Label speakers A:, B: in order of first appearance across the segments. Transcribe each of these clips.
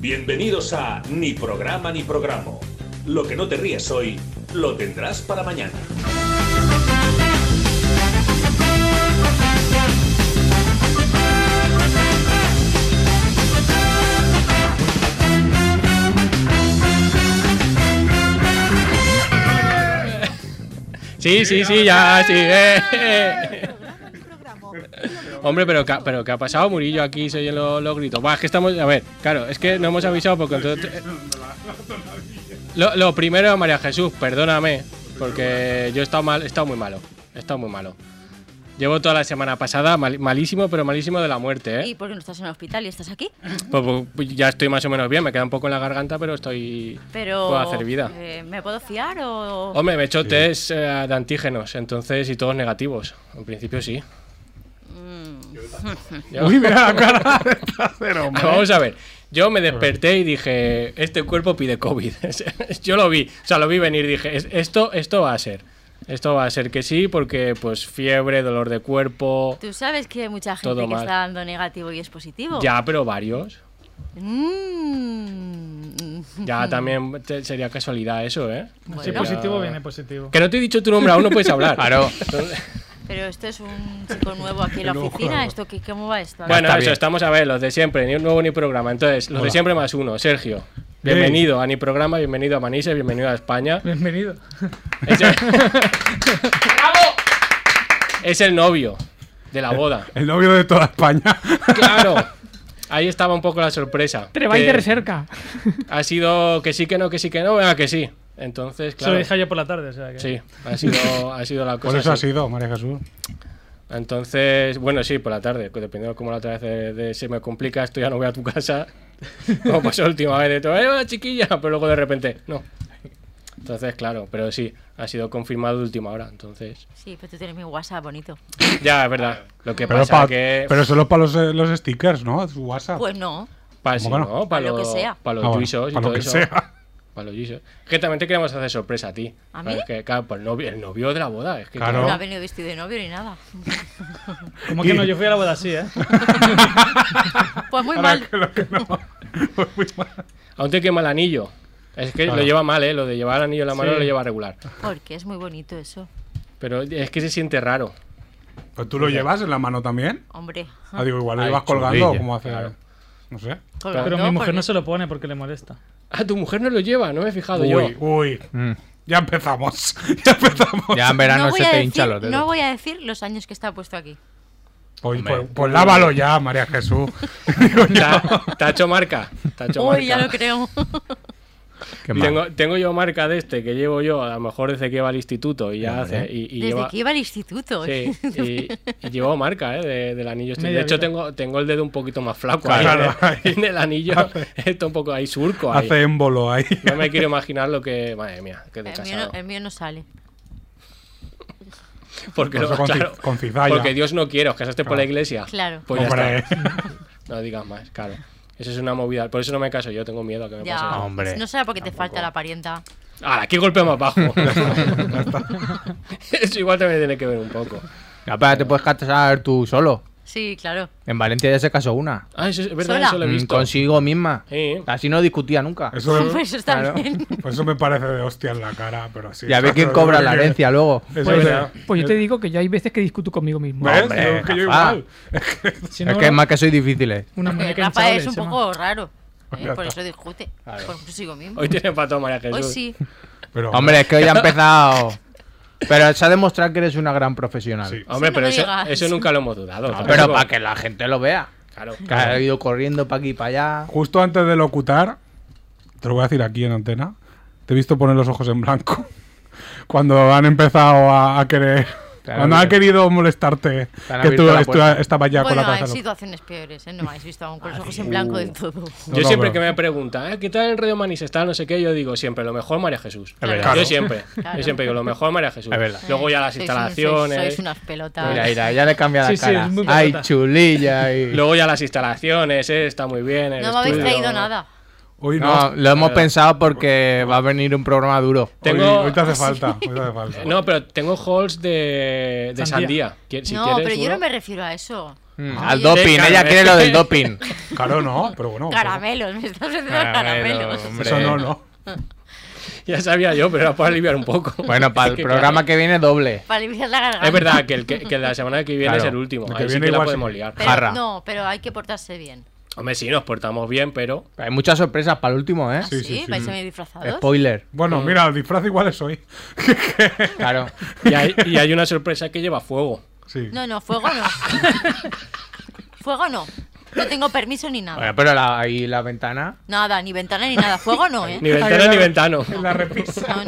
A: Bienvenidos a Ni programa ni programa. Lo que no te ríes hoy, lo tendrás para mañana.
B: Sí, sí, sí, ya, sí. eh, eh. Hombre, pero, ca- pero ¿qué ha pasado, Murillo? Aquí se oyen lo- los gritos. Buah, es que estamos. A ver, claro, es que no hemos avisado porque. entonces- Lo, lo primero, María Jesús, perdóname, porque yo he estado, mal, he estado muy malo. He estado muy malo. Llevo toda la semana pasada mal- malísimo, pero malísimo de la muerte, ¿eh?
C: ¿Y por qué no estás en el hospital y estás aquí?
B: Pues, pues, pues, ya estoy más o menos bien, me queda un poco en la garganta, pero estoy.
C: Pero.
B: Puedo hacer vida.
C: eh, ¿Me puedo fiar o.?
B: Hombre, me he hecho test eh, de antígenos, entonces, y todos negativos. En principio sí. Yo-
D: Uy, mira la cara de placer, hombre.
B: Vamos a ver. Yo me desperté y dije, este cuerpo pide COVID. Yo lo vi, o sea, lo vi venir, dije, "Es- esto, esto va a ser. Esto va a ser que sí, porque pues fiebre, dolor de cuerpo.
C: Tú sabes que hay mucha gente
B: Todo
C: que
B: mal.
C: está dando negativo y es positivo.
B: Ya, pero varios.
C: Mm.
B: Ya también te- sería casualidad eso, ¿eh?
D: Si
C: Bueno,
D: positivo, viene positivo.
B: Que no te he dicho tu nombre, aún no puedes hablar.
E: Claro.
C: pero esto es un chico nuevo aquí en la oficina. ¿Esto qué, ¿Cómo va esto? A ver.
B: Bueno,
E: Está
B: eso,
E: bien.
B: estamos a ver, los de siempre, ni un nuevo ni programa. Entonces, los de
E: Hola.
B: siempre más uno, Sergio. Bienvenido a Ni Programa, bienvenido a Manises, bienvenido a España.
D: Bienvenido.
B: Es el... Es el novio de la boda.
E: El novio de toda España.
B: Claro. Ahí estaba un poco la sorpresa.
D: Trebáis
B: Que
D: de recerca.
B: Ha sido que sí, que no, que sí, que no, venga, que sí. Entonces,
D: Se lo
B: claro.
D: dije ayer por la tarde, o sea que.
B: Sí, ha sido, ha sido la cosa.
E: Por eso ha
B: así.
E: sido, María Jesús.
B: Entonces, bueno, sí, por la tarde, que dependiendo de cómo la otra vez de, de se me complica esto, ya no voy a tu casa. Como pasó la última vez de todo, ¡eh, hola, chiquilla! Pero luego de repente, no. Entonces, claro, pero sí, ha sido confirmado de última hora. Entonces,
C: Sí, pero tú tienes mi WhatsApp bonito.
B: ya, es verdad. Lo que
E: Pero,
B: pasa
E: pa-
B: que.
E: pero solo para los, eh, los stickers, ¿no? Su WhatsApp.
C: Pues no.
B: Para sí,
E: ¿Cómo que no?
B: ¿no?
C: Pa'
B: Para
C: lo que sea.
B: Para los
E: Ah, bueno,
B: juicios y
E: para lo
B: todo
E: que
B: eso.
E: sea.
B: Para los juicios. Es que también te queremos hacer sorpresa a ti.
C: ¿A
B: Claro,
C: mí?
B: es que, claro, pues el novio, el novio de la boda. Es que,
E: Claro.
C: No.
E: No.
C: ha venido vestido de novio ni nada.
D: Como que no, yo fui a la boda así, ¿eh?
C: Pues muy mal.
E: Pues
B: Aún te quema el anillo. Es que
E: Claro.
B: lo lleva mal, ¿eh? Lo de llevar el anillo en la mano
D: Sí.
B: lo lleva regular.
C: Porque es muy bonito eso.
B: Pero es que se siente raro.
E: Pues ¿Tú lo llevas en la mano también?
C: Hombre.
E: Ah, digo, igual lo
B: Ay,
E: llevas colgando
B: churrilla,
E: como hace.
B: claro.
E: No sé.
D: Pero
F: pues
D: mi mujer no se
C: porque-
D: lo pone porque le molesta.
B: Ah, tu mujer no lo lleva, no me he fijado Ah, yo. Mm.
E: Uy, uy. Ya empezamos. Ya empezamos.
G: Ya en verano
C: No voy,
G: se
C: a
G: te
C: decir,
G: hinchan los dedos.
C: no voy a decir los años que está puesto aquí.
E: Pues,
G: Hombre.
E: pues- pues lávalo ya, María Jesús. Digo,
B: Te ha- te ha hecho marca. Te ha hecho
C: Uy, ya
B: marca.
C: lo creo.
G: Qué mal.
B: Tengo, tengo yo marca de este que llevo yo, a lo mejor desde que iba al instituto y ya hace. Y, y
C: Desde
B: lleva-
C: que iba al instituto.
B: Sí, y, y llevo marca ¿eh? de- del anillo. este. De
D: Media
B: hecho,
D: vida.
B: tengo, tengo el dedo un poquito más flaco
E: Claro,
B: ahí, eh, en,
E: ahí.
B: en el anillo. Está un poco ahí surco. Ahí.
E: Hace émbolo ahí.
B: No me quiero imaginar lo que. Madre mía, que de
C: El mío, no,
B: casado.
C: el mío no sale.
B: Porque,
E: Por
B: no-
E: eso con ci-
B: claro,
E: con cizalla.
B: porque Dios no quiere, os casaste por la iglesia.
C: Claro.
B: Pues ya
E: Hombre.
B: está. No digas más, claro. Eso es una movida. Por eso no me caso yo, tengo miedo a que me pase.
C: Ya.
B: algo.
G: hombre.
C: No será porque te falta la parienta.
B: ¡Hala, qué golpe más bajo! eso igual también tiene que ver un poco.
G: Aparte, te puedes casar tú solo.
C: Sí, claro.
G: En Valencia ya se casó una.
B: Ah, eso es verdad,
C: Sola.
B: eso lo he
G: Mm,
B: visto.
G: Consigo misma.
B: Sí.
G: Así no discutía nunca.
E: Eso,
C: Pues eso está
G: claro.
C: bien.
E: pues eso me parece de hostia en la cara, pero sí.
G: Y a ver quién cobra la herencia luego.
E: Eso
D: Pues,
E: ya.
F: Pues yo te digo que yo hay veces que discuto conmigo mismo.
E: ¿Ves?
G: Hombre,
E: Digo que yo
G: Rafa.
E: igual.
D: Si
G: es
D: no,
G: que es más que soy difícil. eh.
D: Una
C: Porque
D: muñeca
C: Rafa
D: hinchable,
C: es un
D: Chema.
C: poco raro. ¿eh?
E: Ya
C: Por
E: está.
C: eso discute. Por consigo mismo.
B: Hoy tiene pato María Jesús.
C: Hoy sí.
E: Pero,
G: Hombre, es que hoy ha empezado. Pero se ha demostrado que eres una gran profesional.
E: Sí.
B: Hombre,
C: Eso no
B: pero
C: me
B: eso,
C: digas.
B: eso nunca lo hemos dudado.
G: No,
B: tampoco.
G: Ah, pero para que la gente lo vea.
B: Claro.
G: Que ha ido corriendo para aquí y para allá.
E: Justo antes de locutar, te lo voy a decir aquí en antena, te he visto poner los ojos en blanco. Cuando han empezado a, a querer.
G: Claro,
E: cuando han
G: mira.
E: querido molestarte.
G: Te han
E: Que
G: abierto
E: tú
G: la
E: estu-
G: puerta.
E: estabas ya con
C: Bueno,
E: la
C: hay
E: cabeza. loca.
C: situaciones peores, ¿eh? No me habéis visto aún con
B: Ah,
C: los ojos en blanco
B: Uh.
C: del todo.
B: Yo
E: no,
B: siempre
E: pero-
B: que me preguntan, "Ah, ¿qué tal el Radio Manis está? No sé qué, yo digo siempre, lo mejor María Jesús.
C: verdad.
B: Yo
C: Claro.
B: siempre,
C: Claro.
B: yo siempre digo, lo mejor María Jesús.
G: Es verdad.
B: Luego ya las
C: Sois un-
B: instalaciones.
C: Sois, sois unas pelotas.
G: Mira, mira, ya le cambia la
D: Sí, sí,
G: cara.
D: es muy
G: Ay,
D: pelota.
G: chulilla. y-
B: Luego ya las instalaciones, eh, está muy bien. el
C: no me habéis
B: estudio.
C: traído nada.
E: Hoy no.
G: No, lo hemos pensado porque va a venir un programa duro.
B: Tengo-
E: Hoy, hoy te
G: Ah,
E: hace falta. Hoy te hace falta.
B: No, pero tengo halls de, de sandía.
D: Sandía.
B: Qui- Si
C: no,
B: quieres
C: pero yo
B: uno.
C: no me refiero a eso.
G: Mm,
B: Ay,
G: al doping,
B: déjame.
G: ella quiere lo del doping.
E: Claro, no, pero bueno.
C: Caramelos, me estás haciendo
H: Caramelo,
C: caramelos.
H: hombre.
E: Eso no, no.
B: Ya sabía yo, pero era para aliviar un poco.
G: Bueno, para el
B: Que
G: programa que viene, doble.
C: Para aliviar la garganta.
B: Es verdad que, el que, que la semana que viene
G: Claro,
B: es el último.
E: el que
B: Ahí sí
E: viene
B: que la
E: igual
B: podemos
E: sí.
B: liar.
C: Pero-
G: Jarra.
C: No, pero hay que portarse bien.
B: Hombre, sí, nos portamos bien, pero.
G: Hay muchas sorpresas para el último, ¿eh?
C: ¿Ah,
E: Sí,
C: sí?
E: sí, sí,
C: ¿Vais
E: sí.
C: a venir disfrazados?
G: Spoiler.
E: Bueno, mira, el disfraz igual es hoy.
G: Claro.
B: Y hay, y hay una sorpresa que lleva fuego.
E: Sí.
C: No, no, fuego no. fuego no. No tengo permiso ni nada.
G: Bueno, pero la- ahí la ventana.
C: Nada, ni ventana ni nada. Fuego no, ¿eh?
B: Ni ventano ni ventano.
C: No,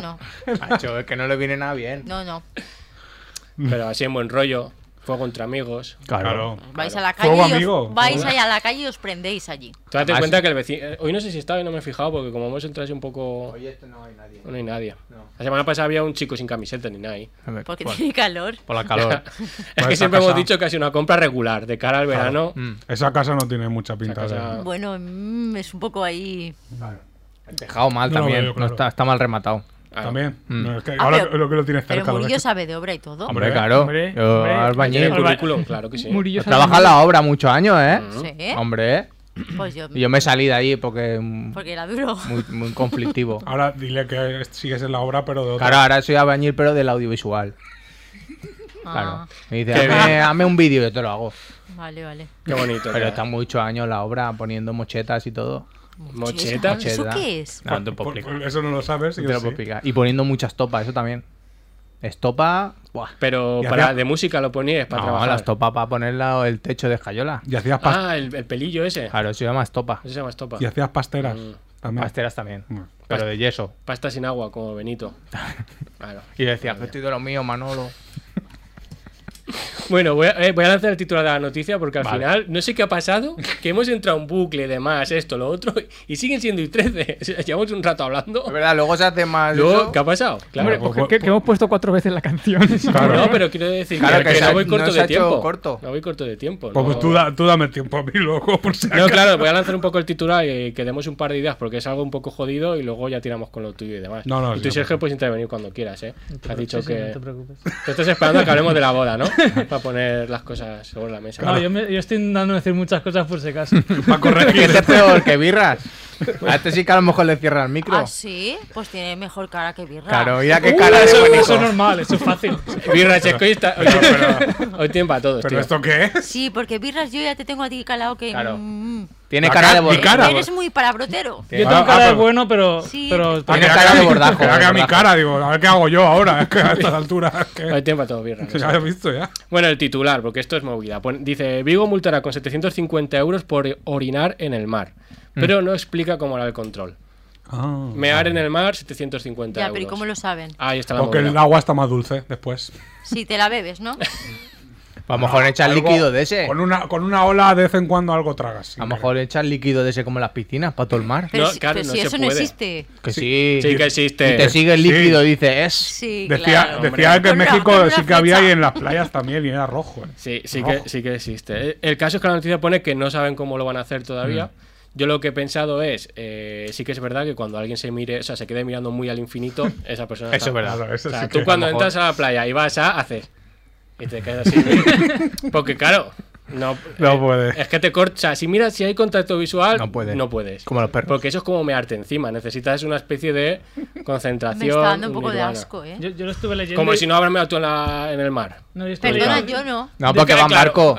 C: no,
G: Macho, es que no le viene nada bien.
C: no, no.
B: Pero así en buen rollo. Fuego entre amigos.
E: Claro.
C: Vais a la calle
E: Fuego,
C: y os-
E: amigo.
C: vais ahí a la calle y os prendéis allí.
B: Tú date
G: Además-
B: cuenta que el vecino. eh, Hoy no sé si estaba y no me he fijado porque como hemos entrado así un poco.
G: Oye, esto no hay nadie.
B: No hay nadie.
G: No.
B: La semana pasada había un chico sin camiseta ni nada ahí.
C: Porque tiene calor.
G: Por la calor.
B: Es que
E: esa
B: siempre
E: casa-
B: hemos dicho que ha sido una compra regular de cara al verano.
G: Mm.
E: Esa casa no tiene mucha
B: Esa
E: pinta
B: casa-
E: de.
C: Bueno, mm, es un poco ahí.
G: El tejado mal
E: No lo
G: también.
E: veo,
G: No
E: claro.
G: está, está mal rematado.
B: Ah,
E: También.
G: Mm.
E: No, es que
C: Ah,
E: ahora
C: pero-
E: lo que lo tienes
C: Pero
E: cerca. lo
C: Murillo
E: ves.
C: sabe de obra y todo.
E: Hombre,
G: Hombre, claro.
D: hombre,
G: Yo,
D: hombre.
B: Tiene
G: albañil.
D: Alba-
B: currículum, claro que sí.
F: Murillo sabe
G: Trabaja en la obra muchos años, ¿eh?
C: Mm. Sí.
G: Hombre, ¿eh?
C: Pues yo.
G: Y yo me salí de ahí porque mm,
C: Porque era duro.
G: muy, muy conflictivo.
E: Ahora dile que sigues en la obra, pero de otra.
G: Claro, ahora soy albañil, pero del audiovisual. Claro.
C: Ah,
G: Me dice,
B: Qué
G: hazme, hazme un vídeo, yo te lo hago.
C: vale, vale.
B: Qué bonito.
G: Pero
B: claro.
G: está muchos años la obra poniendo mochetas y todo.
B: Mocheta.
C: Mocheta. ¿Eso
G: Mocheta.
C: qué es?
G: No, no te puedo
E: Por-
G: explicar.
E: por- eso no lo sabes.
G: No
E: yo
G: te lo
E: sí.
G: puedo explicar. Y poniendo muchas topas, eso también. Estopa. Buah.
B: Pero
E: Y
B: para
E: había-
B: de música lo ponías para
G: no,
B: trabajar.
G: la estopa para ponerla el techo de escayola.
E: Y hacías, pas-
B: Ah, el, el pelillo ese.
G: Claro, se llama estopa.
B: Ese se llama
G: Ah,
B: estopa.
E: y hacías pasteras.
G: mm,
E: También.
G: Pasteras también.
E: Mm.
G: Pero de yeso.
B: Pasta sin agua, como Benito. Claro.
G: Y decía, que estoy de lo mío, Manolo.
B: Bueno, voy a, eh, voy a lanzar el titular de la noticia porque al
G: Vale.
B: final no sé qué ha pasado, que hemos entrado en un bucle de más, esto, lo otro, y siguen siendo y 13. O sea, Llevamos un rato
G: Es
B: hablando.
G: verdad, luego se hace más.
B: Luego,
G: eso.
B: ¿qué ha pasado? Claro.
F: Hombre,
E: Claro,
F: pues
E: pues-
F: que, que hemos puesto cuatro veces la canción.
B: No, pero quiero decir
G: Claro
B: que,
G: que
B: que
G: se ha-
B: no voy
G: no
B: corto
G: se ha
B: de
G: hecho
B: tiempo.
G: corto.
B: No voy corto de tiempo.
E: Pues,
B: no.
E: tú, da- tú dame tiempo a mí, loco, por si
B: No,
E: acaso.
B: claro, voy a lanzar un poco el titular y que demos un par de ideas porque es algo un poco jodido y luego ya tiramos con lo tuyo y demás.
E: No, no,
B: y
E: sí,
B: tú,
E: no,
B: Sergio, puedes intervenir cuando quieras, ¿eh? Has dicho
D: Sí, sí,
B: que.
D: No te preocupes.
B: Te estás esperando a que hablemos de la boda, ¿no? Para poner las cosas sobre la mesa.
D: No, yo, me- yo estoy intentando decir muchas cosas por si acaso.
E: Para
G: Que
E: corregir.
G: este es peor que birras. A este sí que a lo mejor le cierra el micro.
C: Ah, sí. Pues tiene mejor cara que birra.
G: Claro, mira qué cara de
D: Uh, eso,
G: pánico.
D: eso es normal, eso es fácil.
B: Birra, Checo, y está- Oye, Hoy tiempo a todos,
E: ¿Pero
B: tío.
E: esto qué es?
C: Sí, porque birras yo ya te tengo a ti calado que.
G: Claro.
C: mm,
G: Tiene
E: La
G: cara de
E: cara- mi
G: borracho.
E: cara, pues.
C: eres muy palabrotero.
E: Ah,
D: Yo tengo
E: ah,
D: cara de
E: pero-
D: bueno, pero.
C: Sí.
D: pero
E: Ah,
G: Tiene
E: que
G: cara
E: haga-
G: de bordajo,
E: que haga
G: de
E: mi
G: bordajo.
E: cara, digo, a ver qué hago yo ahora, es que a estas alturas. que-
B: Hoy tiempo a todos, birra. no
E: que
B: sé.
E: ya lo he visto ya.
B: Bueno, el titular, porque esto es movida. Pon- Dice, Vigo multará con 750 euros por orinar en el mar.
E: Mm.
B: Pero no explica cómo hará el control.
E: Ah.
B: Mear en el mar, 750
C: Ya,
B: euros. Ah.
C: pero ¿y cómo lo saben?
B: Ahí está la
E: Porque el
B: movida.
E: agua está más dulce después.
C: Si te la bebes, ¿no?
G: A lo mejor echas
E: Algo-
G: líquido de ese.
E: Con una, con una ola de vez en cuando algo tragas. sí,
G: A lo mejor echas líquido de ese como en las piscinas para todo el mar.
C: Pero
B: No,
C: si,
B: claro,
C: pero
B: no
C: si
B: se
C: eso no
B: puede.
C: existe.
G: Que sí.
B: Sí que
G: Y te
B: existe.
G: sigue el
E: Sí.
G: líquido y dices, es.
C: Sí,
E: Decía,
C: claro.
E: decía que en
C: Con una-
E: México
C: con una
E: sí que había
C: flecha.
E: y en las playas también y era rojo. eh.
B: Sí, sí que, sí que existe. Eh, El caso es que la noticia pone que no saben cómo lo van a hacer todavía.
G: Mm.
B: Yo lo que he pensado es, eh, sí que es verdad que cuando alguien se mire, o sea, se quede mirando muy al infinito, esa persona...
G: Eso es
B: está-
G: verdad.
E: Claro, eso
B: O sea,
E: sí
B: tú
E: que-
B: cuando
G: a lo mejor-
B: entras a la playa y vas a hacer y te quedas así. porque claro, no,
E: No
B: eh,
E: puede.
B: Es que te corta. o sea, si miras si hay contacto visual,
G: No puede.
B: puedes.
G: Como los perros.
B: Porque eso es como mearte encima. Necesitas una especie de concentración.
C: Me está dando un poco de
B: nirvana.
C: asco, ¿eh?
D: Yo, yo lo estuve leyendo.
B: Como
D: y-
B: si no habrás meado tú en, la- en el mar.
D: No, yo estuve
C: Perdona, yo
D: leyendo.
C: no.
G: No,
B: Dice,
G: porque va en
B: claro.
G: barco.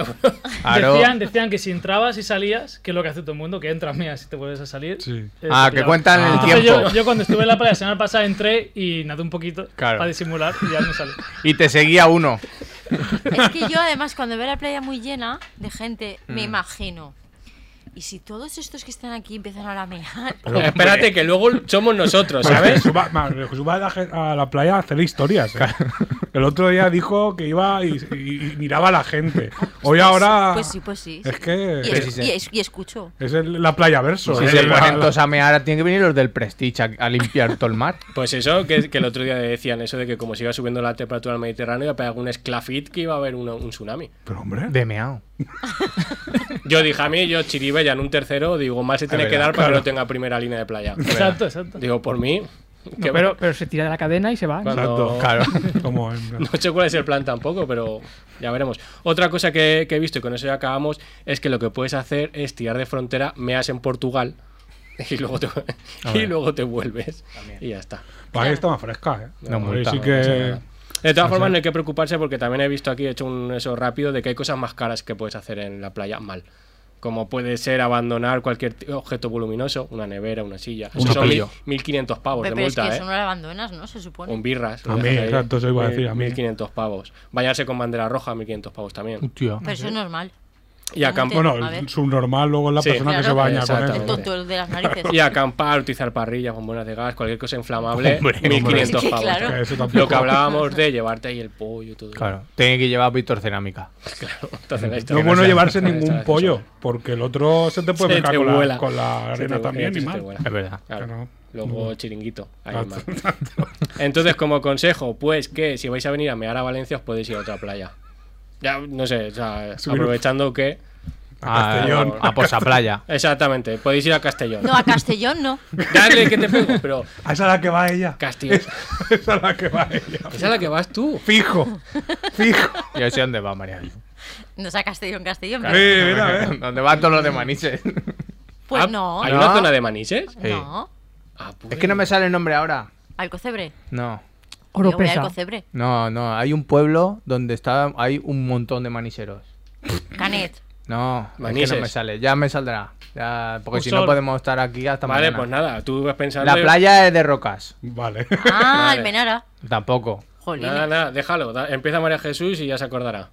G: Claro.
D: Decían, decían que si entrabas y salías, que es lo que hace todo el mundo, que entras, mira, si te vuelves a salir.
E: Sí.
D: eh,
G: Ah,
D: te
G: que
D: pillan.
G: cuentan el
D: Entonces
G: tiempo.
D: yo, yo cuando estuve en la playa la semana pasada entré y nadé un poquito
G: Claro.
D: para disimular y ya no salí.
G: Y te seguía uno.
C: Es que yo además cuando veo la playa muy llena de gente,
E: Mm.
C: me imagino. Y si todos estos que están aquí empiezan ahora a mear,
B: Espérate, que luego somos nosotros,
E: Pero que
B: ¿sabes?
E: Suba, ma- que suba a, la, gen- a la playa a hacer historias. eh. El otro día dijo que iba y, y- y miraba a la gente. Hoy ahora.
C: pues sí, pues sí.
E: Es
C: Y,
E: que.
C: es-
G: sí, sí.
C: y es- y escucho.
E: Es el- la playa verso.
G: Si
E: eh,
G: se
E: la-
G: ponen todos a mear, tienen que venir los del Prestige a, a limpiar todo el mar.
B: Pues eso, que, que el otro día decían eso de que como siga subiendo la temperatura del Mediterráneo, iba a pegar un esclafit que iba a haber una- un tsunami.
E: Pero hombre.
G: De meao.
B: Yo dije a mí, yo chiribe ya en un tercero, digo, mal se tiene que
G: verdad,
B: dar para que no tenga primera línea de playa.
D: Exacto, exacto.
B: Digo, por mí,
F: No,
B: Que-
F: pero, pero se tira de la cadena y se va.
B: Cuando-
E: Exacto.
G: Claro.
E: Como en plan-
B: No sé cuál es el plan tampoco, pero ya veremos. Otra cosa que, que he visto y con eso ya acabamos es que lo que puedes hacer es tirar de frontera, meas en Portugal y luego te, y luego te vuelves. Y ya está.
E: Para que está más fresca, ¿eh?
G: No,
E: Hombre,
G: multa,
E: sí
G: no pasa
E: que...
G: nada.
B: De todas
E: O
B: formas,
E: sea-
B: no hay que preocuparse porque también he visto aquí, he hecho un eso rápido, de que hay cosas más caras que puedes hacer en la playa mal. Como puede ser abandonar cualquier t- objeto voluminoso, una nevera, una silla.
G: Un
B: Eso son mil-
G: cepillo.
B: 1.500 pavos
C: Pero
B: de
C: es que
B: multa,
C: eso no
B: ¿eh?
C: lo abandonas, ¿no? Se supone.
B: Un birras.
E: A
B: lo
E: mí,
B: dejas ahí,
E: exacto, eso iba a
B: mil-
E: decir, a mí.
B: 1.500 pavos. Bañarse con bandera roja, 1.500 pavos también.
G: Hostia.
C: Pero eso es normal.
B: Y acamp-
C: Bueno,
E: Bueno,
C: A
E: el
C: ver.
E: subnormal luego es la
B: Sí.
E: persona que se
C: Claro,
E: baña con
B: exactamente.
E: eso.
C: El tonto el de las narices.
B: y acampar, utilizar parrillas, bombonas de gas, cualquier cosa inflamable,
G: Hombre, hombre.
B: 1500
C: Sí,
B: pavos.
C: claro.
E: Que eso tampoco-
B: Lo que hablábamos de llevarte ahí el pollo y todo.
G: Claro. Tiene que llevar Víctor Cerámica.
B: Claro. Entonces, ahí está.
E: No es bueno
B: Ahí está,
E: llevarse
B: ahí está, ahí
E: ningún
B: está.
E: pollo, porque el otro se te
G: Pues
E: puede
B: Se
E: pescar
B: te
E: con,
B: vuela.
E: la, con la
B: Se te
E: arena
B: vuela,
E: también
B: se
E: y
B: te
E: mal.
B: vuela.
G: Es verdad.
B: Claro.
E: Claro.
B: Luego chiringuito. ahí
E: Exacto,
B: mal. Entonces, como consejo, pues que si vais a venir a mear a Valencia, os podéis ir a otra playa. Ya, no sé, o sea,
E: Subir-
B: aprovechando que.
E: A Castellón.
G: A, a Posaplaya.
B: Exactamente, podéis ir a Castellón.
C: No, a Castellón no.
B: Dale que te pego, pero
E: Ah, Esa es la que va ella.
B: Castellón.
E: Esa es la que va ella.
B: Esa es a la que vas tú.
G: Pues
E: Fijo. Fijo.
G: Yo sé dónde va, María. Jesús.
C: No es a Castellón, Castellón.
E: Sí,
C: pero-
E: mira, ¿eh?
G: Donde van todos los de Manises.
C: Pues
B: Ah,
C: no.
B: ¿Hay
G: No.
B: una zona de manises?
G: Sí.
C: No.
B: Ah, pues.
G: Es que no me sale el nombre ahora.
C: Al Cocebre.
G: No.
C: Yo voy al
F: Oropesa.
C: Cocebre.
G: No, no. Hay un pueblo donde está, hay un montón de maniseros.
C: Canet.
G: No, es que
B: Manises.
G: no me sale. Ya me saldrá. Ya, porque si
D: Busol.
G: no podemos estar aquí hasta
B: Vale, pues
G: mañana.
B: nada, tú vas pensando.
G: La playa es de rocas.
E: Vale.
C: Ah, Almenara.
G: Tampoco.
C: Jolín.
B: Nada, nada, déjalo. da- empieza María Jesús y ya se acordará.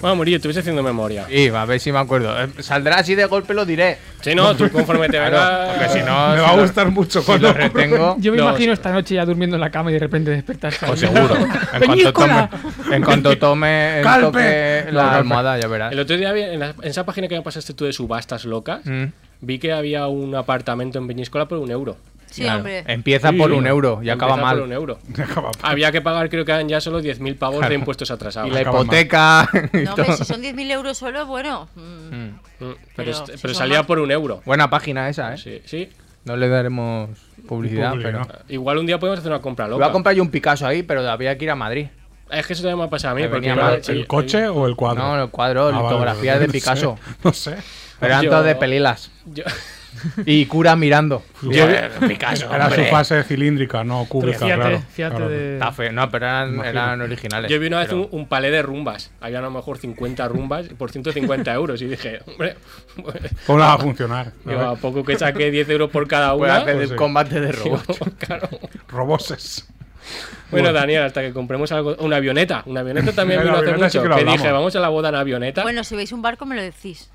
B: Bueno, Murillo, estuviste haciendo memoria.
G: Y a ver si me acuerdo. Eh, Saldrá así de golpe lo diré.
B: Si no, tú conforme te
G: Claro,
B: venga.
G: porque si no.
E: Me
G: si
E: va a
G: lo-
E: gustar mucho
G: Si
E: cuando
G: lo
E: ocurra.
G: retengo.
F: Yo me
B: Los-
F: imagino esta noche ya durmiendo en la cama y de repente despertarse.
G: O seguro. En cuanto
F: ¡Peñíscola!
G: tome, en cuanto tome en
E: Calpe.
G: toque
E: No,
G: la
E: calpe.
G: almohada, ya verás.
B: El otro día, vi- en, la- en esa página que me pasaste tú de subastas locas,
G: Mm.
B: vi que había un apartamento en Peñíscola por un euro.
C: Sí,
G: Claro.
C: hombre.
G: Empieza por un euro y acaba
B: Empezaba
G: mal.
B: Por un euro.
E: Acaba.
B: Había que pagar, creo que eran ya solo 10.000 pavos de impuestos atrasados.
G: Y la
E: Acaba mal.
G: hipoteca. y
C: No, hombre,
G: todo.
C: si son 10.000 euros solo, bueno. mm,
G: Mm.
B: Mm, pero
C: Pero
B: est-
C: si
B: pero
C: son
B: salía
C: más.
B: por un euro.
G: Buena página esa, ¿eh?
B: Sí, sí.
G: No le daremos publicidad,
E: Publicidad.
G: pero.
B: Igual un día podemos hacer una compra
G: Iba a
B: loca.
G: comprar yo un Picasso ahí, pero había que ir a Madrid.
B: Es que eso también me ha pasado a mí.
G: Me
B: porque
G: venía
B: yo-
G: mal.
B: sí,
E: ¿El coche o el cuadro?
G: No, el cuadro,
E: Ah, vale,
G: litografías
E: vale,
G: de
E: no sé,
G: Picasso.
E: No sé.
G: Pero eran
B: Yo-
G: todos de pelilas.
B: yo-
G: Y cura mirando.
E: Yo-
B: Ah,
G: Picasso.
E: Era su
G: hombre.
E: fase cilíndrica, no
D: Pero
E: cúbica,
D: fíjate,
E: claro.
D: fíjate
E: Claro.
D: de.
G: Está feo. No, pero eran, eran originales.
B: Yo vi una vez
G: pero-
B: un, un palé de rumbas. Había a lo mejor 50 rumbas por 150 euros. Y dije, hombre,
E: ¿Cómo la va a funcionar? A
B: digo, a
E: ver,
B: poco que saqué 10 euros por cada
G: Puede
B: una.
G: hacer
E: Pues
G: el
E: sí.
G: combate de robots.
B: Claro.
E: Roboses.
B: Bueno, Daniel, hasta que compremos algo, una avioneta. Una avioneta también
E: La
B: vino hace
E: avioneta sí
B: mucho.
E: que lo
B: que
E: hablamos.
B: dije, vamos a la boda en avioneta.
C: Bueno, si veis un barco, me lo decís.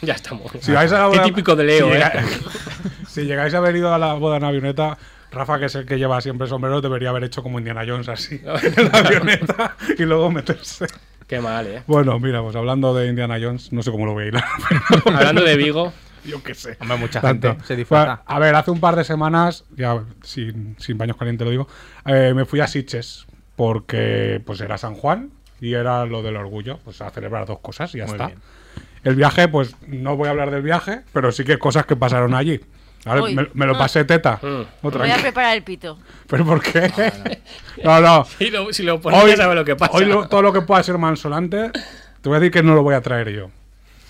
B: ya estamos.
E: Si vais a la
B: Qué
E: boda-
B: típico de Leo,
E: si
B: ¿eh?
E: llega- si llegáis a haber ido a la boda en avioneta, Rafa, que es el que lleva siempre sombrero, debería haber hecho como Indiana Jones así, en la avioneta, y luego meterse.
B: Qué mal, ¿eh?
E: Bueno, mira, pues hablando de Indiana Jones, no sé cómo lo voy a hilar.
B: Hablando de Vigo,
E: Yo qué sé.
G: Hombre, mucha
E: Tanto.
G: gente se disfraza.
E: A ver, hace un par de semanas, ya sin, sin baños calientes lo digo, eh, me fui a Sitges porque pues era San Juan y era lo del orgullo, pues a celebrar dos cosas y ya
G: Muy
E: está.
G: bien.
E: El viaje, pues no voy a hablar del viaje, pero sí que cosas que pasaron allí. ¿vale?
C: Uy. Mm.
E: Me, me lo pasé teta. Otra
C: Voy a
E: vez.
C: preparar el pito.
E: ¿Pero por qué? No, no.
B: y lo- si lo pones, ya sabes lo que pasa.
E: hoy lo- todo lo que pueda ser mansolante, te voy a decir que no lo voy a traer yo.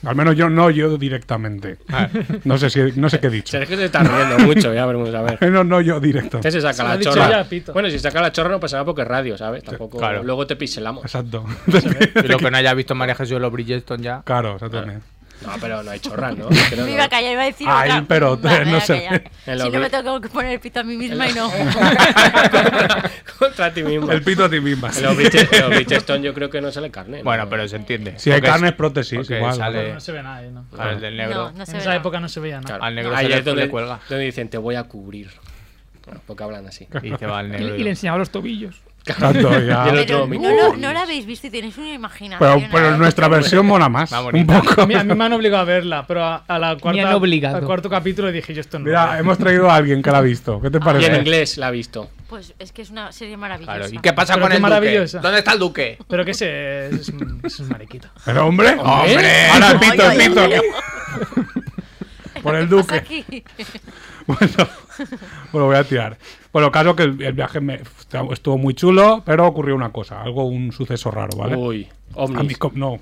E: Al menos yo no, yo directamente. No sé, si, no sé qué he dicho.
B: Sergio se está riendo mucho, ya veremos a ver.
E: Eh, No, no, yo directo.
B: ¿Qué se saca
D: Se lo
B: la
D: ha dicho
B: chorra?
D: ya, pito.
B: bueno, si saca la chorra no pasa nada porque es radio, ¿sabes? Tampoco.
G: claro.
B: Luego te piselamos.
E: Exacto.
G: Y lo que no haya visto María Jesús de los Bridgestone ya.
E: Claro, exacto. también.
B: No, pero no hay chorra, ¿no? Es que no,
C: Me
B: no.
C: iba a callar, iba a decir.
E: Ay,
C: otra.
E: pero te-
C: Va, me voy
E: no
C: a
E: sé.
C: callar.
B: En
C: Si
B: lo
C: no
B: que-
C: me tengo que poner el pito a mí misma y no.
B: contra, contra ti mismo.
E: El pito a ti misma.
B: En los biches- en los Bridgestone yo creo que no sale carne. ¿no?
G: Bueno, pero se entiende.
E: Si hay
G: Porque
E: carne, es prótesis,
G: porque
E: igual.
G: sale-
D: Pero no se ve nada, ¿eh? ¿no?
G: Claro, el del negro.
C: No, no
D: En
C: se ve.
D: esa
C: nada.
D: época no se veía nada.
B: Claro.
G: Al negro
B: Ahí
G: se le-
B: es donde,
G: le cuelga.
B: donde dicen, te voy a cubrir. Bueno, porque hablan así.
G: Y se va al
F: Y,
G: negro.
F: y le enseñaba los tobillos.
E: Tanto ya.
B: Y el otro-
C: Pero
B: mi-
C: no, lo- no la habéis visto y tenéis una imaginación.
E: Pero, pero
C: ahí.
E: nuestra versión mola más.
G: Va
E: Un
G: bonita.
E: poco.
D: A mí, a mí me han obligado a verla, pero a, a la cuarta,
F: han obligado.
D: al cuarto capítulo dije yo esto no. lo
E: Mira,
D: veo.
E: hemos traído a alguien que la ha visto. ¿Qué te
B: Y
E: parece?
B: en inglés la ha visto.
C: Pues es que es una serie maravillosa.
G: Claro. ¿Y qué pasa
D: Pero
G: con
D: qué
G: el duque?
D: maravillosa.
G: ¿Dónde está el duque?
D: Pero que ese es, un- es un mariquito.
E: Pero hombre,
B: Hombre.
E: ahora el
C: Ay,
E: pito, el
C: ay,
E: pito.
C: ay,
E: Por el
C: ¿Qué pasa
E: duque.
C: aquí?
E: Bueno, bueno, voy a tirar. Bueno, claro que el, el viaje me- estuvo muy chulo, pero ocurrió una cosa, algo, un suceso raro, ¿vale?
B: Uy,
E: A mis,
B: ovnis.
E: com- no.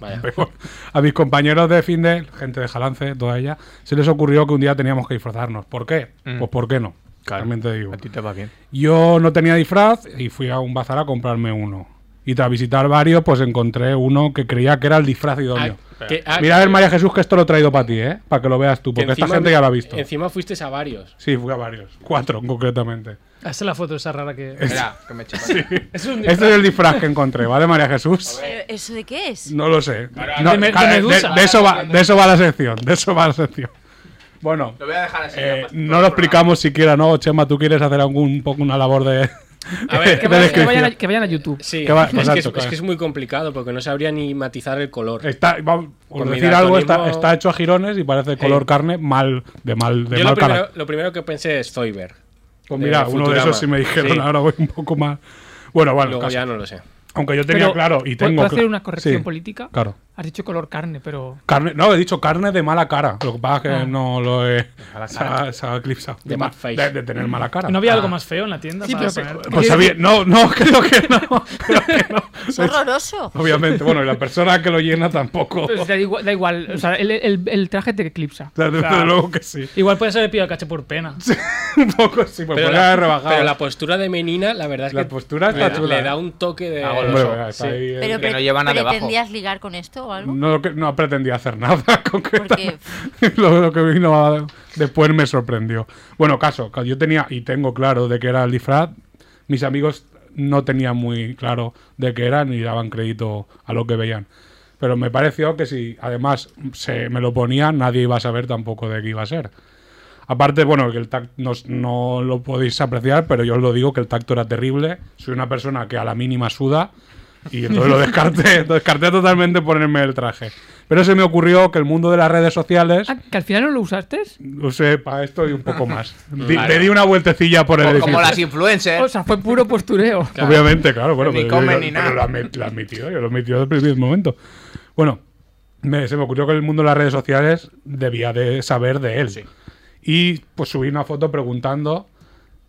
B: Vaya.
E: Peor. A mis compañeros de Finde, gente de Jalance, toda ella, se les ocurrió que un día teníamos que disfrazarnos. ¿Por qué? Pues ¿por qué no? También te digo.
G: A ti te va bien.
E: Yo no tenía disfraz y fui a un bazar a comprarme uno. Y tras visitar varios, pues encontré uno que creía que era el disfraz idóneo.
B: Ah, que- ah,
E: Mira a ver, María Jesús, que esto lo he traído para ti, ¿eh? Para que lo veas tú,
B: que
E: porque esta
B: encima-
E: gente ya lo ha visto.
B: Encima fuiste a varios.
E: Sí, fui a varios. Cuatro, concretamente.
D: Ah, Esa es la foto esa rara que.
G: Espera, que me chupas.
D: Es un
E: Este es el disfraz que encontré, ¿vale, María Jesús?
C: ¿Pero ¿Eso de qué es?
E: No lo sé.
D: de me- de
E: claro,
D: Medusa.
E: de eso va, de eso va la sección. De eso va la sección. Bueno,
G: Lo voy a dejar así.
E: eh, no lo explicamos siquiera, ¿no? Chema, ¿tú quieres hacer algún un poco una labor de,
B: A ver,
E: de
F: Que vayan, que
E: descripción?
F: vayan a, que vayan a YouTube.
B: Sí,
E: Que va-
B: es, que es,
E: exacto, Eh,
B: es que es muy complicado porque no sabría ni matizar el color.
E: Está, vamos, por
B: Por mi
E: decir algo, está,
B: daltonismo-
E: está hecho a girones y parece color carne mal, de mal, de
B: Yo
E: mal
B: lo primero,
E: carácter.
B: lo primero que pensé es Zoidberg.
E: Pues
B: de
E: mira, uno de
B: Futurama.
E: esos sí me dijeron,
B: Sí.
E: ahora voy un poco más. Bueno, bueno,
B: Luego
E: caso. Pues
B: ya no lo sé.
E: aunque yo tenía
F: Pero,
E: claro y
F: ¿puedo-
E: tengo.
F: ¿Puedo
E: cla-
F: hacer una corrección
E: Sí,
F: política?
E: Claro.
F: Has dicho color carne, pero.
E: Carne, no, he dicho carne de mala cara. Lo que pasa es que no lo he. Se ha, se ha eclipsado.
B: De
E: ma-
B: bad face.
E: de- de tener mala cara.
D: ¿No había algo más feo en la tienda? para poner?
E: ah. Pues había- no, no, creo que no. creo que no.
C: Es horroroso.
E: Obviamente, bueno, y la persona que lo llena tampoco.
F: Pues da igual, da igual. O sea, el, el- el traje te eclipsa.
E: Desde luego que sí.
D: Igual puede ser de pillado caché por pena.
E: Un poco sí, pues
B: Pero
E: podría
B: la,
E: haber rebajado.
B: pero la postura de Menina, la verdad es
E: La
B: que
E: postura
B: le,
E: está
B: da,
E: chula. eh.
B: le da un toque de...
G: Ah, bueno,
E: Hombre,
B: eso,
E: venga, está
B: sí.
E: ahí, eh.
C: Pero
G: Que no
C: pre-
G: llevan a debajo.
C: ¿Pretendías ligar con esto o algo?
E: No, que- no pretendía hacer nada concretamente.
C: Porque
E: Lo, lo que vino a- después me sorprendió. Bueno, caso, que yo tenía y tengo claro de que era el disfraz. Mis amigos no tenían muy claro de qué era ni daban crédito a lo que veían. Pero me pareció que si además se me lo ponía, nadie iba a saber tampoco de qué iba a ser. Aparte, bueno, que el tacto no, no lo podéis apreciar, pero yo os lo digo que el tacto era terrible. Soy una persona que a la mínima suda y entonces lo descarté, lo descarté totalmente ponerme el traje. Pero se me ocurrió que el mundo de las redes sociales
F: Ah, que al final no lo usaste.
E: lo sé para esto y un poco más. Di- Le di una vueltecilla por el
G: Como,
E: edificio.
G: las influencers.
F: O sea, fue puro postureo.
E: Obviamente, claro, bueno,
G: Ni
E: pero,
G: comen
E: yo-
G: ni nada.
E: pero lo admi- lo admitió, yo lo admitió desde el primer momento. Bueno, me- se me ocurrió que el mundo de las redes sociales debía de saber de él. Y pues subí una foto preguntando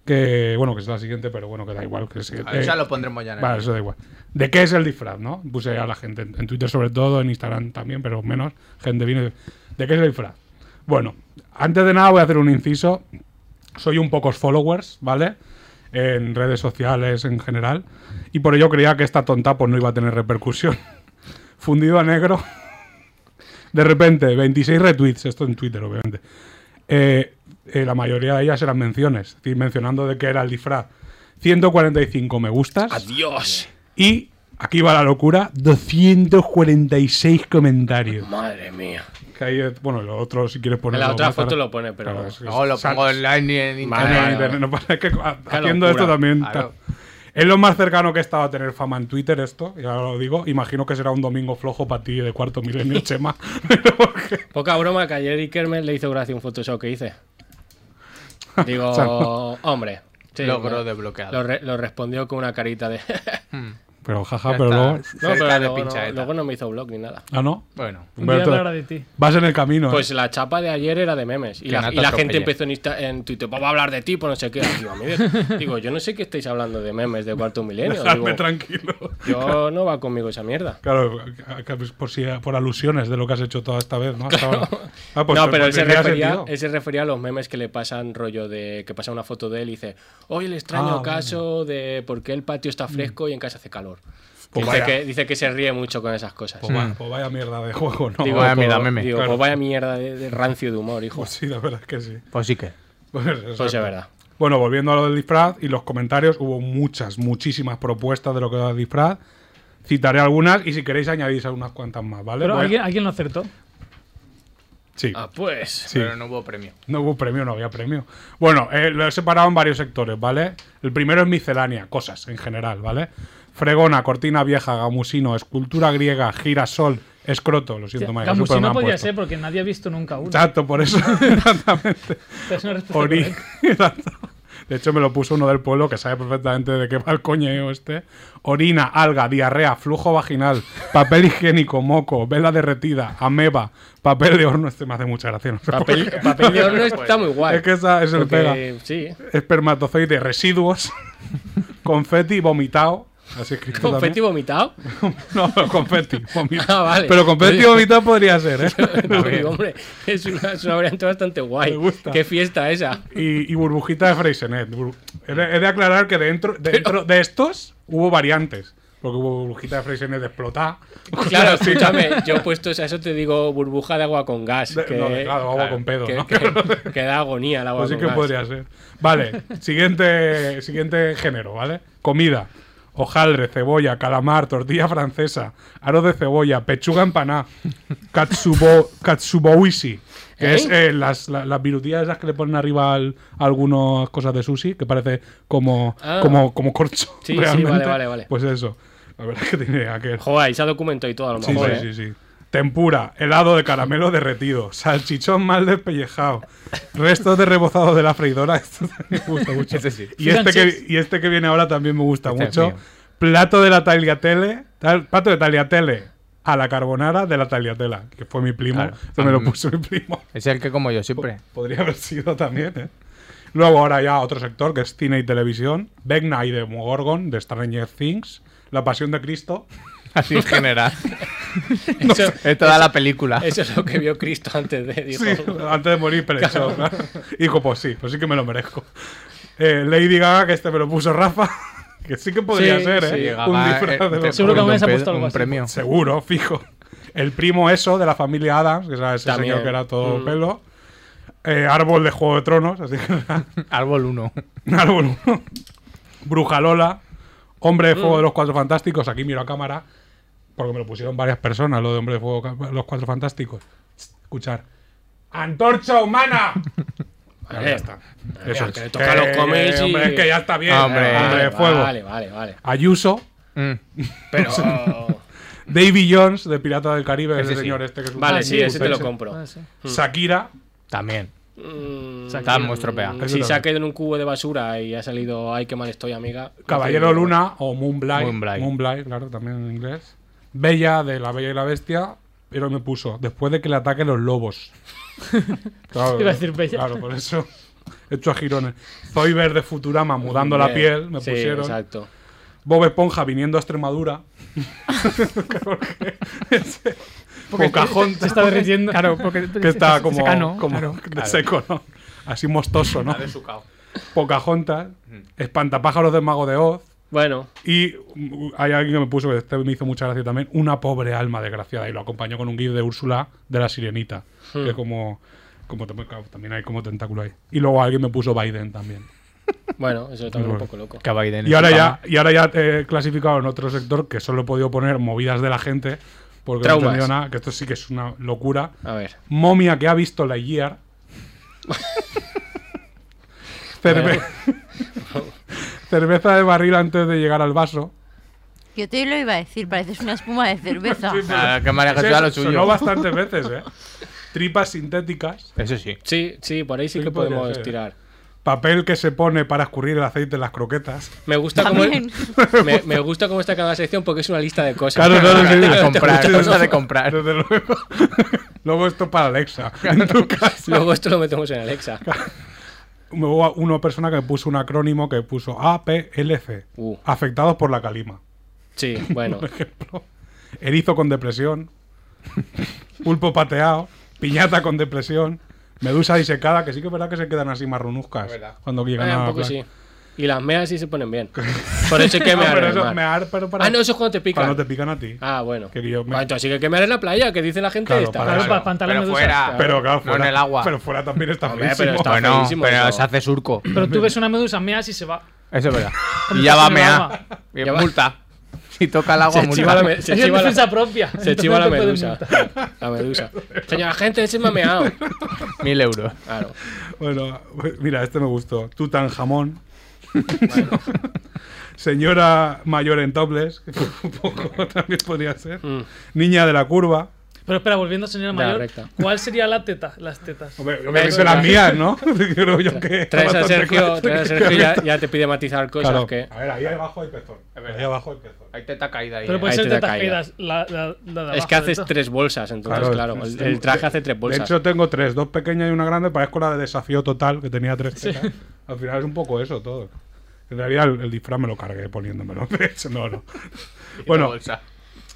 E: que, bueno, que es la siguiente, pero bueno, que da igual. Que se-
G: Ah, ya
E: eh,
G: lo pondremos ya en el-
E: Vale, eso da igual. ¿De qué es el disfraz, no? Puse a la gente, en en Twitter sobre todo, en Instagram también, pero menos. Gente vino y dice, ¿de qué es el disfraz? Bueno, antes de nada voy a hacer un inciso. Soy un pocos followers, ¿vale? En redes sociales en general. Y por ello creía que esta tonta pues no iba a tener repercusión. Fundido a negro. De repente, 26 retweets, esto en Twitter, obviamente. Eh, eh, la mayoría de ellas eran menciones, es decir, mencionando de qué era el disfraz. 145 me gustas.
B: ¡Adiós!
E: Y aquí va la locura, 246 comentarios.
B: Madre mía.
E: Que ahí, eh, bueno, lo otro si quieres ponerlo.
B: la otra
E: más
B: foto
E: tarde.
B: lo pone, pero-
E: es que
G: No, lo
E: sal-
G: pongo online en
E: sal-
G: internet.
B: Vale,
E: en
B: vale,
E: internet, no pasa- es que ha-
B: Qué
E: haciendo
B: locura.
E: esto también. ta-
G: Claro.
E: Es lo más cercano que he estado a tener fama en Twitter esto, ya lo digo. Imagino que será un domingo flojo para ti de cuarto milenio, Chema.
B: Poca broma que ayer Ikermen le hizo gracia un Photoshop que hice. Digo, hombre. sí,
G: Logro
B: lo-
G: desbloqueado.
B: Lo, re- lo respondió con una carita de...
E: Pero jaja,
G: Ya
E: pero
G: está,
E: luego...
B: no,
G: cerca
B: pero
G: de eh,
B: luego no,
G: pinchaeta.
B: luego no me hizo blog ni nada.
E: Ah, ¿no?
G: Bueno.
D: Un día
E: Humberto,
D: hablará de ti.
E: vas en el camino. ¿eh?
B: Pues la chapa de ayer era de memes. Y
G: Ah. Que
B: la,
G: no te
B: y la gente
G: atropelle.
B: empezó en, Insta- en Twitter, vamos a hablar de ti, pues no sé qué. Digo, a mí de- digo, yo no sé qué estáis hablando de memes de cuarto milenio.
E: Dejadme
B: Digo,
E: tranquilo.
B: yo no va conmigo esa mierda.
E: Claro, a- a- por, si, por alusiones de lo que has hecho toda esta vez, ¿no? Hasta ahora. Ah, pues,
B: no,
E: te-
B: pero él
E: pues,
B: se,
E: tendría
B: refería,
E: sentido.
B: él se refería a los memes que le pasan rollo de que pasa una foto de él y dice, hoy el extraño
E: Ah, Mm.
B: caso de por qué el patio está fresco y en casa hace calor. dice,
E: Pues vaya.
B: que, dice que se ríe mucho con esas cosas.
E: Pues, va- pues vaya mierda de juego, ¿no?
B: Digo,
D: eh.
G: vaya
B: pues-
G: mierda, meme.
B: digo,
E: Claro.
B: pues vaya mierda de, de rancio de humor, hijo.
E: Pues sí, la verdad es que sí.
G: Pues sí que.
E: Pues, exacto.
B: Pues es verdad.
E: Bueno, volviendo a lo del disfraz y los comentarios, hubo muchas, muchísimas propuestas de lo que era el disfraz. Citaré algunas y si queréis añadís unas cuantas más, ¿vale?
D: Pero
E: Voy a-
D: alguien, alguien lo acertó.
E: Sí.
B: Ah, pues.
E: Sí.
G: Pero no hubo premio.
E: No hubo premio, no había premio. Bueno, eh, lo he separado en varios sectores, ¿vale? El primero es miscelánea, cosas en general, ¿vale? Fregona, cortina vieja, gamusino, escultura griega, girasol, escroto, lo siento, María Jesús,
D: Gamus,
E: pero me
D: si no
E: han
D: podía
E: puesto.
D: ser porque nadie ha visto nunca uno.
E: Exacto, por eso. Exactamente.
D: Esta es ¿eh? una respuesta
E: Ori-
D: correcta.
E: Exacto. De hecho, me lo puso uno del pueblo que sabe perfectamente de qué va el coñeo este. Orina, alga, diarrea, flujo vaginal, papel higiénico, moco, vela derretida, ameba, papel de horno. Este me hace mucha gracia. no sé por
B: Papel,
E: qué.
B: papel de horno está muy guay.
E: Es que esa es el
B: porque-
E: pega.
B: Sí,
E: Espermatozoide, residuos, confeti, vomitado. Así escrito
B: confeti
E: también.
B: vomitado.
E: No, pero confeti, vomitado.
B: Ah, vale.
E: Pero confeti
B: Oye.
E: vomitado podría ser, ¿eh?
B: No, digo, hombre, es una, es una variante bastante guay.
E: Me gusta.
B: Qué fiesta esa.
E: y, y burbujita de Freysenet. Bur- He de, he de aclarar que dentro, dentro de estos hubo variantes. Porque hubo burbujita de Freysenet de explotar.
B: Claro,
E: Sí.
B: escúchame, yo he puesto a eso te digo burbuja de agua con gas.
E: De-
B: que,
E: no, de- claro, agua con pedo,
B: que,
E: ¿no?
B: que- que da agonía el agua
E: Pues sí
B: con
E: que
B: gas.
E: podría ser. Vale, siguiente, siguiente género, ¿vale? Comida. Hojaldre, cebolla, calamar, tortilla francesa, aro de cebolla, pechuga empaná, katsubo, katsuboishi, que
B: ¿Eh?
E: es eh, las, la- las, virutillas esas que le ponen arriba al- a algunas cosas de sushi, que parece como,
B: Ah.
E: como, como corcho.
B: Sí, sí, vale,
E: realmente.
B: vale, vale.
E: Pues eso. La verdad es que tiene aquel.
B: Joder, ahí se ha documentado y todo a lo
E: Sí,
B: mejor. ¿eh?
E: sí, sí, sí. Tempura, helado de caramelo derretido, salchichón mal despellejado, restos de rebozado de la freidora. Esto me gusta mucho.
G: Ese sí.
E: Y, este que, y este que viene ahora también me gusta
G: Este es
E: mucho.
G: mío.
E: Plato de la tagliatelle, tal- plato de tagliatelle a la carbonara de la tagliatella, que fue mi primo,
G: Claro.
E: que me lo
G: Mm.
E: puso mi primo.
G: Es el que como yo siempre.
E: Podría haber sido también, ¿eh? Luego ahora ya otro sector que es cine y televisión, Vecna y Demogorgon de Stranger Things, La Pasión de Cristo.
G: Así en general.
B: Eso,
G: Es toda la película.
B: eso es lo que vio Cristo antes de. Dijo,
E: Sí, antes de morir, pero eso, claro. Dijo, pues sí, pues sí que me lo merezco. Eh, Lady Gaga, que este me lo puso Rafa, que sí que podría
B: Sí,
E: ser, ¿eh.
B: sí.
E: Un
G: Llegaba,
E: disfraz de
G: eh, te-
E: los
D: Seguro que
G: un
D: me has
G: pe-
D: apostado algo
G: un
D: así.
G: premio.
E: Seguro, fijo. El primo eso de la familia Adams, que era ese
B: También.
E: señor que era todo
B: Mm.
E: pelo. Eh, árbol de Juego de Tronos, así que era
G: pues. Árbol 1.
E: un árbol. Bruja Lola, Hombre de Fuego de los Cuatro Fantásticos, aquí miro a cámara, porque me lo pusieron varias personas, lo de Hombre de Fuego de los Cuatro Fantásticos. Escuchar. ¡Antorcha humana!
B: Vale.
E: ya está. Eso
B: que le
E: es. Eh,
B: toca a los cómics y- Eh,
E: hombre, es que ya está bien. Ah,
G: Hombre,
E: Hombre,
B: vale,
E: de fuego.
B: Vale, vale, vale.
E: Ayuso,
B: Pero.
E: David Jones, de Pirata del Caribe,
G: Ese
E: ese
G: sí.
E: señor este que es un
B: vale,
E: fan,
B: sí,
E: me
B: ese
E: gusta
B: te lo mm.
E: ese.
B: compro.
E: Shakira,
G: También.
B: Mm,
G: Está muy estropeada.
E: Eso
B: Si se ha
E: también.
B: quedado en un cubo de basura y ha salido, ay, qué mal estoy, amiga.
E: Caballero Luna o Moonblight.
G: Moonblight.
E: Moonblight. claro, también en inglés. Bella de La Bella y la Bestia, pero me puso después de que le ataquen los lobos. Claro,
D: Iba a decir Bella.
E: Claro, por eso he hecho a girones. Zoiber de Futurama mudando la
B: Bien.
E: piel, me
B: Sí,
E: pusieron.
B: Exacto.
E: Bob Esponja viniendo a Extremadura. Porque cajón
D: Se está derritiendo.
F: Claro, porque
E: que está como,
F: secano,
E: como
F: claro.
E: seco, ¿no? Así mostoso, ¿no? Pocahontas, Espantapájaros del Mago de Oz,
B: Bueno,
E: Y mm, hay alguien que me puso, que este me hizo mucha gracia también, una pobre alma desgraciada. Y lo acompañó con un gif de Úrsula de la Sirenita. Que es como, como tam- claro, también hay como tentáculo ahí. Y luego alguien me puso Biden también.
B: bueno, eso también
E: Muy
B: un
E: bueno.
B: poco loco.
G: Que va a ir en
E: Y ahora
G: el
E: ya, y ahora ya te he clasificado en otro sector que solo he podido poner movidas de la gente. Porque no he
B: Traumas.
E: entendido nada, que esto sí que es una locura.
B: A ver.
E: Momia que ha visto la Year. Cerve- Cerveza de barril antes de llegar al vaso.
C: Yo te lo iba a decir, pareces una espuma de cerveza.
G: Ah, que María Jesús
E: Sí,
G: a lo
E: sonó
G: suyo.
E: bastantes veces, ¿eh? Tripas sintéticas,
G: Eso sí.
B: Sí, sí, por ahí sí
E: Sí,
B: que
E: podría
B: podemos
E: ser.
B: tirar.
E: papel que se pone para escurrir el aceite en las croquetas.
B: Me gusta cómo
C: También.
B: me, me gusta cómo está cada sección porque es una lista de cosas.
E: Claro, no, no, sí,
G: De
E: sí.
G: comprar,
E: Sí, sí,
G: cosa
E: sí.
G: de comprar.
E: Desde luego. luego esto para Alexa. En tu casa.
B: Luego esto lo metemos en Alexa.
E: Hubo una persona que puso un acrónimo que puso APLC.
B: Uh.
E: Afectados por la calima.
B: Sí, bueno. Eh,
E: Erizo con depresión. Pulpo pateado. Piñata con depresión. Medusa disecada, que sí que es verdad que se quedan así marronuzcas
G: verdad.
E: cuando llegan
B: Eh,
E: a
B: un
E: la
B: poco
E: playa.
B: sí. Y las meas sí se ponen bien. Por eso hay que
E: No,
B: mear. en
E: pero
B: el
E: eso,
B: mar.
E: mear, pero para,
B: Ah, no, eso es cuando te pican.
E: cuando te pican a ti.
B: Ah, bueno.
E: Que yo me-
B: Ah, Entonces sí que hay que mear en la playa, que dice la gente
E: Claro,
B: esta.
E: para-
D: Claro,
E: Claro,
D: para pantalón
G: pero
D: medusas.
G: fuera.
E: Pero claro,
G: No
E: fuera,
G: en el agua.
E: Pero fuera también está
B: Hombre,
E: feísimo.
B: pero está-
G: Bueno,
B: feísimo
G: pero
B: eso.
G: se hace surco.
D: Pero tú ves una medusa, meas y se va.
G: Eso es verdad.
D: Como
G: Y ya
D: está
G: va
D: en
G: a
D: el
G: mear.
D: agua.
G: Y
B: Ya va.
G: multa. Si toca el agua,
B: Se chiva la,
G: multa.
B: me- se
D: es
B: chiva la-
D: defensa propia.
B: se
D: Entonces
B: chiva la
D: no te pueden
B: medusa.
D: multar.
B: La medusa. Señora gente, ese me ha meado.
G: Mil euros.
B: Claro.
E: Bueno, mira, este me gustó. Tutanjamón.
B: Mm.
E: Señora mayor en topless, que un poco también podría ser. Niña de la curva.
D: Pero Pero espera, volviendo a señora
B: Ya,
D: mayor,
B: recta.
D: ¿cuál sería la teta? Las tetas.
E: Hombre,
B: Eso
E: obviamente las
B: ya.
E: mías, ¿no? Creo yo que.
B: Traes a
E: bastante
B: Sergio,
E: claro.
B: traes a Sergio y ya, pues, ya te pide matizar cosas
E: Claro.
B: que.
E: A ver, ahí abajo hay pezón. Ahí abajo hay pezón.
G: Hay teta caída ahí.
D: Pero pues-
G: eh.
D: puede
B: Ahí
D: ser
B: te da
D: tetas
B: caída.
D: caídas. La, la- la de
B: Es que
D: abajo de
B: haces
D: todo.
B: tres bolsas, entonces, claro. el, el traje hace tres bolsas.
E: De hecho, tengo tres, dos pequeñas y una grande. Parezco la de desafío total, que tenía tres. tetas. Al final es un poco eso todo. En realidad, el, el disfraz me lo cargué poniéndomelo. De hecho, no, no. Bueno,
G: Bolsa.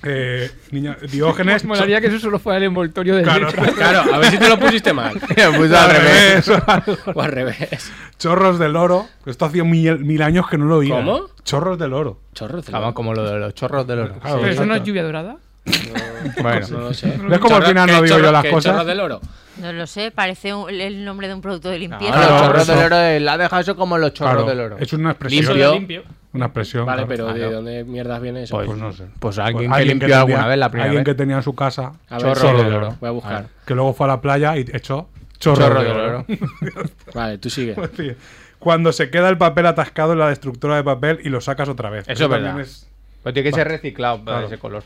E: eh, niña, Diógenes.
F: Me molaría que eso solo fuera el envoltorio del
E: Claro.
F: disfraz.
B: Claro, a ver si te lo pusiste mal.
G: Me puse
E: Al
G: al revés.
E: revés.
B: O al revés.
E: Chorros del oro. Esto hacía mil, mil años que no lo oía.
B: ¿Cómo?
E: Chorros del oro.
B: Chorro, te lo-
G: Estaban como lo de los chorros del oro.
E: Claro,
F: Pero eso no es
E: exacto.
F: lluvia dorada.
B: No
G: Bueno,
B: lo sé.
E: ¿Ves cómo al
B: Chorro-
E: final no
B: ¿qué
E: digo yo
B: chorro-
E: las
B: qué
E: cosas?
B: chorro del oro.
C: No lo sé, parece un- el nombre de un producto de
G: No,
C: limpieza.
E: Claro,
G: los chorros
E: eso.
G: del oro, eh, la ha dejado eso como los chorros
E: Claro,
G: del oro.
E: Es una
D: Eso
E: expresión.
D: era
G: Limpio.
D: limpio.
E: Una expresión.
B: Vale,
E: claro.
B: pero ¿de
G: claro.
B: dónde mierdas viene eso?
E: ah, Pues no sé.
G: Ah, Pues alguien
E: Pues
G: que limpió alguna
E: tenía-
G: vez la primera
E: Alguien
G: vez.
E: que tenía su casa,
B: A ver,
G: Chorro
B: chorro
G: del
B: del
G: oro.
B: oro. Voy a buscar.
E: que luego fue a la playa y echó chorro,
G: Chorro
E: de
G: del
E: oro.
G: oro.
B: Vale, tú sigue.
E: Sí. Cuando se queda el papel atascado en la destructora de papel y lo sacas otra vez.
G: Eso es verdad.
E: también es-
G: Pero Pues tiene que ser reciclado para
E: Claro.
G: ese color.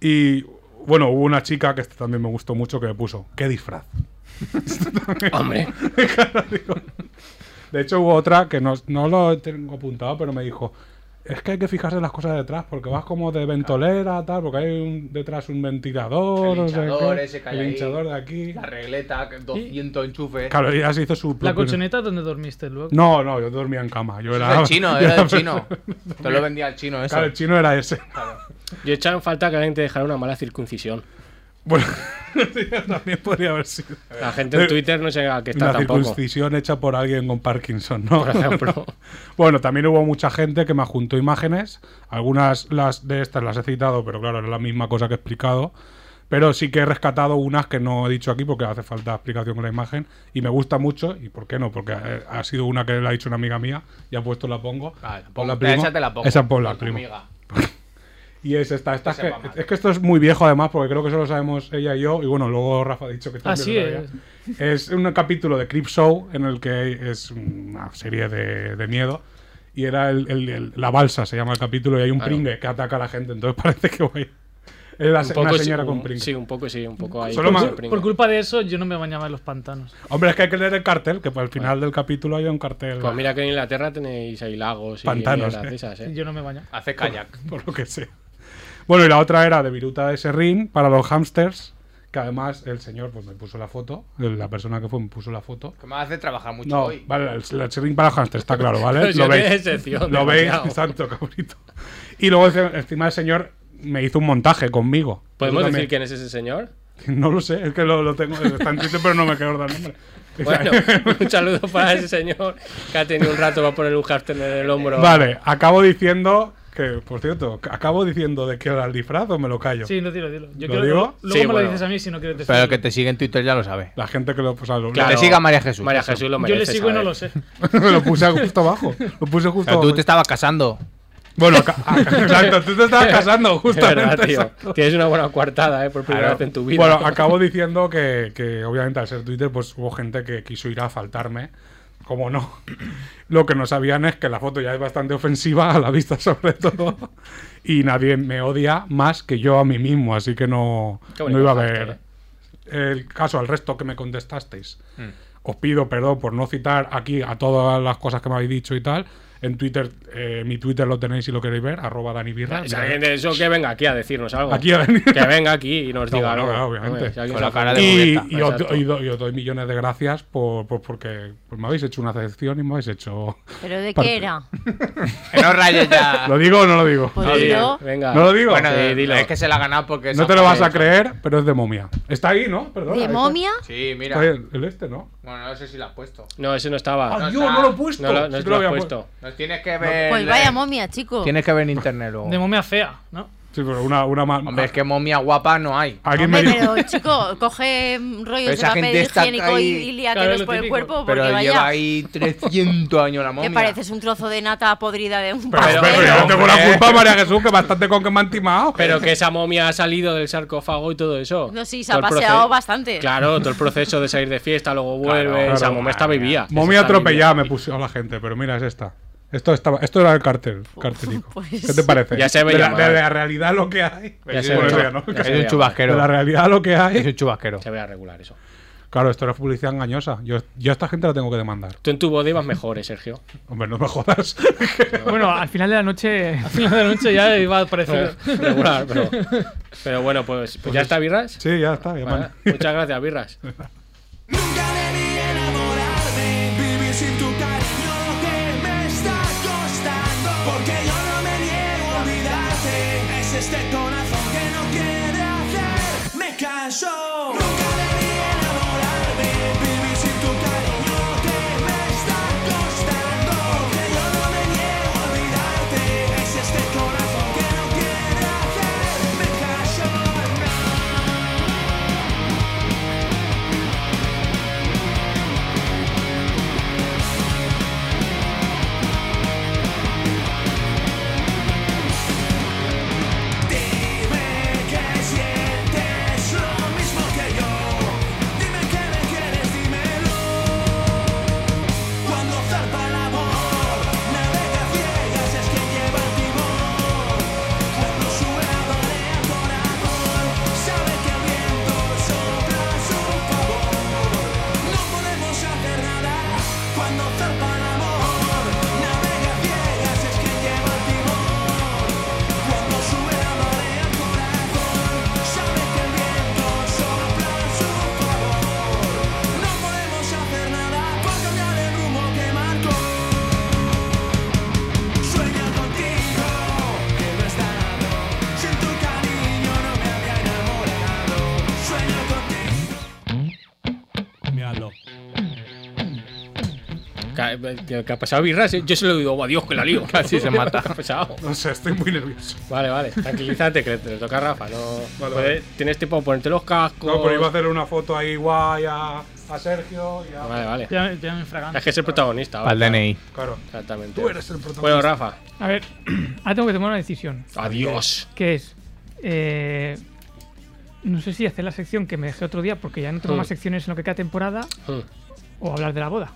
E: Y bueno, hubo una chica que esta también me gustó mucho que me puso, ¿qué disfraz?
B: Hombre,
E: De hecho, hubo otra que no, no lo tengo apuntado, pero me dijo, es que hay que fijarse en las cosas detrás, porque vas como de ventolera, tal, porque hay un- detrás un ventilador,
G: El
E: no sé qué,
G: hinchador ese que hay
E: el
G: ahí.
E: hinchador de aquí.
G: La regleta, que 200 enchufes.
E: Claro, ella se hizo su
D: La
E: propio-
D: colchoneta donde dormiste luego.
E: No, no, yo dormía en cama. Yo
G: Eso
E: era
G: es el chino,
E: yo
G: era el chino. Te lo vendía el chino eso.
E: Claro, el chino era ese.
B: yo he echado en falta que alguien te dejara una mala circuncisión.
E: Bueno, también podría haber sido.
B: La gente en Twitter no llega a que está
E: Eh, Una
B: tampoco.
E: circuncisión hecha por alguien con Parkinson, ¿no?
B: Por ejemplo.
E: bueno, también hubo mucha gente que me adjuntó imágenes. Algunas las de estas las he citado, pero claro, es la misma cosa que he explicado. Pero sí que he rescatado unas que no he dicho aquí porque hace falta explicación con la imagen. Y me gusta mucho. ¿Y por qué no? Porque eh, ha sido una que la ha dicho una amiga mía. Ya puesto la pongo.
G: Vale,
E: Ponla,
G: pongo-
E: primo.
G: Esa te la pongo.
E: Esa ponla,
G: Con tu
E: primo.
G: amiga.
E: Y es esta, esta es,
G: Que
E: que,
G: sepa mal.
E: es que esto es muy viejo además, porque creo que solo sabemos ella y yo, y bueno, luego Rafa ha dicho que también
D: Así
E: lo sabía. Es un capítulo de Creep Show en el que es una serie de, de miedo. Y era el, el- el- la balsa, se llama el capítulo, y hay un pringue que ataca a la gente, entonces parece que voy. Es la, se-
B: Un poco
E: una
B: sí,
E: señora
B: un-
E: con pringue.
B: Sí, un poco sí, un poco ahí.
E: Solo
B: con
E: más-
B: el pringue.
D: Por culpa de eso, yo no me bañaba en los pantanos.
E: Hombre, es que hay que leer el cartel, que para el final del capítulo hay un cartel,
B: Pues mira que en Inglaterra tenéis ahí lagos y
E: Pantanos,
B: mierdas
E: eh.
B: de esas, ¿eh?
D: Yo no me bañaba.
G: Hace kayak.
E: por lo que sea. Bueno, y la otra era de Viruta de Serrín para los hamsters, que además el señor pues me puso la foto, la persona que fue me puso la foto.
G: Que me hace trabajar mucho
E: No,
G: hoy.
E: vale, el, el chirrín para hamster, está claro, ¿vale?
B: Pero si
E: Lo
B: no
E: veis.
B: tienes sección,
E: Lo veis,
B: demasiado.
E: exacto, cabrito. Y luego ese- encima el señor me hizo un montaje conmigo.
B: ¿Podemos
E: Yo
B: decir
E: también-
B: quién es ese señor?
E: No lo sé, es que lo, lo tengo, está en Twitter, pero no me quedo el nombre.
B: Bueno, un saludo para ese señor que ha tenido un rato para poner un hashtag en el hombro.
E: Vale, acabo diciendo que, por cierto, acabo diciendo de que era el disfraz o me lo callo.
D: Sí, no, dilo, dilo. Yo
E: ¿Lo
D: creo que-
E: digo?
D: Luego
B: Sí,
D: me lo
B: bueno.
D: dices a mí si no quieres decir.
G: Pero el que te sigue en Twitter ya lo sabe.
E: La gente que lo, o sea, lo,
B: Claro.
G: Que siga María Jesús.
B: María
G: Eso.
B: Jesús lo
D: Yo
B: merece.
D: le sigo y no
B: ¿sabes?
D: lo sé.
E: lo puse justo abajo. Lo puse
G: O
E: justo
G: sea,
E: abajo.
G: tú te estabas casando.
E: Bueno, ca- ah, exacto, tú te estabas casando,
B: Es
E: justamente.
B: verdad, tío.
E: exacto.
B: Tienes una buena coartada, ¿eh? Por primera
G: Claro.
B: vez en tu vida.
E: Bueno, acabo diciendo que, que obviamente al ser Twitter, pues hubo gente que quiso ir a faltarme. Como no. Lo que no sabían es que la foto ya es bastante ofensiva a la vista, sobre todo. Y nadie me odia más que yo a mí mismo, así que no,
B: Qué bonito
E: no iba a
B: gesto,
E: ver. El caso al resto que me contestasteis.
B: Mm.
E: Os pido perdón por no citar aquí a todas las cosas que me habéis dicho y tal. En Twitter, eh, mi Twitter lo tenéis si lo queréis ver, arroba Dani Birra.
B: Si alguien de eso que venga aquí a decirnos algo.
E: Aquí a venir.
B: Que venga aquí y nos
E: No,
B: diga
E: no,
B: algo.
E: no, obviamente.
B: Hombre, si alguien
G: Con
B: se
G: la cara
B: ofende-
G: de
E: Y,
G: Julieta.
E: y os,
B: Exacto.
E: y do- y os doy millones de gracias por, por- porque pues, me habéis hecho una decepción y me habéis hecho.
C: ¿Pero de
E: Parte.
C: qué era?
G: Que no rayes ya.
B: Ah.
E: ¿Lo digo o no lo digo?
C: Pues
B: Sí,
C: yo,
B: Venga.
E: ¿No lo digo?
G: Bueno,
B: Sí, dilo.
G: es que se la ha ganado porque.
E: No
G: esa
E: te lo vas a
G: parte-
E: creer, pero es de momia. Está ahí, ¿no? Perdona,
C: ¿de
E: ahí
C: momia?
G: Sí,
E: Está,
G: mira.
E: está ahí el, el este, ¿no?
G: Bueno, no sé si la has puesto.
B: No, ese no estaba.
E: ¡Ah,
G: no
E: Dios!
G: está.
E: No lo he puesto.
B: No, lo-
E: Sí
B: no
E: que
B: se lo has
E: había
B: puesto.
G: Nos tienes que ver. eh,
C: Pues vaya momia, chico.
G: Tienes que ver en internet
B: Oh.
G: luego.
D: De momia fea, ¿no?
E: Sí, pero una, una ma-
G: Hombre, es que momia guapa no hay.
E: Alguien me
C: Hombre,
E: dijo.
C: pero chico, coge mm, rollos
G: esa
C: de papel
G: gente está
C: higiénico
G: ahí-
C: y, y líatelos
D: Claro, lo
C: por el
D: típico.
C: cuerpo porque
G: Pero lleva
C: vaya,
G: ahí 300 años la
C: que
G: momia.
C: pareces un trozo de nata podrida de un
E: Pero,
C: pastel.
E: pero yo no tengo la
G: hombre.
E: culpa, María Jesús, que bastante con que me han timado.
B: Pero que esa momia ha salido del sarcófago y todo eso.
C: No, sí, se ha
B: Todo el
C: paseado
B: proce-
C: bastante.
B: Claro, todo el proceso de salir de fiesta, luego vuelve.
G: Claro,
B: esa
E: claro,
B: momia está
G: madre
B: vivía.
G: mía.
E: momia
B: Esa está
E: atropellada me puso la gente, pero mira, es esta. Esto, estaba, esto era el cartel, cartelico.
C: Pues-
E: ¿Qué te parece?
B: Ya se
E: de,
B: veía
E: la,
B: mal.
E: de la realidad lo que hay.
B: Ya se
E: Bueno,
B: veía
E: ya
B: mal.
E: no,
B: Ya se veía-
G: Es un
E: De la
G: chubasquero.
E: realidad lo que
G: Es
E: hay.
G: un chubasquero.
B: Se veía regular eso.
E: Claro, esto era publicidad engañosa. Yo, yo a esta gente la tengo que demandar.
B: Tú en tu boda ibas mejores, Sergio.
E: Hombre, no me jodas.
F: Bueno, al final de la noche.
D: Al final de la noche ya iba a aparecer.
B: Eh. regular, pero, pero bueno, pues, pues ya está, Birras.
E: sí, ya está. ya me han-
B: Vale, muchas gracias, Birras.
H: Nunca debí enamorarme, vivir sin tu cariño lo que me está costando, porque yo no me niego a olvidarte, es este corazón que no quiere hacer, me canso. Nunca debí enamorarme, vivir sin tu cariño lo que me está costando, porque yo no me niego a olvidarte, es este corazón que no quiere hacer, me canso. Dime que sientes lo mismo que yo. Dime que me quieres, dímelo. Cuando zarpa el amor, navega ciegas, es que lleva el timón. Cuando sube la marea el corazón, sabe que el viento sopla a su favor. No podemos hacer nada cuando zarpa el amor, navega ciegas, es que lleva el timón. Cuando sube la marea al corazón, sabe que el viento sopla a su favor. No podemos hacer nada por cambiar el rumbo que marcó. Sueño contigo, que no he estado. Sin tu cariño no me había enamorado. Sueño contigo.
E: Miradlo.
B: ¿Qué, qué- qué ha pasado, Birras? Yo se lo digo, oh, Dios, que la lío.
G: Casi se mata.
B: Ha pasado.
E: No sé, estoy muy nervioso.
B: Vale, vale, tranquilízate, que te le toca a Rafa. No,
E: Vale,
B: Puedes- Tienes tiempo a ponerte los cascos.
E: No, pero iba a hacer una foto ahí guay a, a Sergio y a.
B: Vale, vale.
D: Ya, ya me infragan.
B: Es que es el protagonista.
G: Para el
B: vale.
G: DNI.
E: Claro.
B: Exactamente.
E: Tú eres el protagonista.
B: Bueno, Rafa.
F: A ver, ahora tengo que tomar una decisión.
B: Adiós.
F: Que es. eh, no sé si hacer la sección que me dejé otro día porque ya no tengo
B: Mm.
F: más secciones en lo que queda temporada
B: Mm.
F: o hablar de la boda.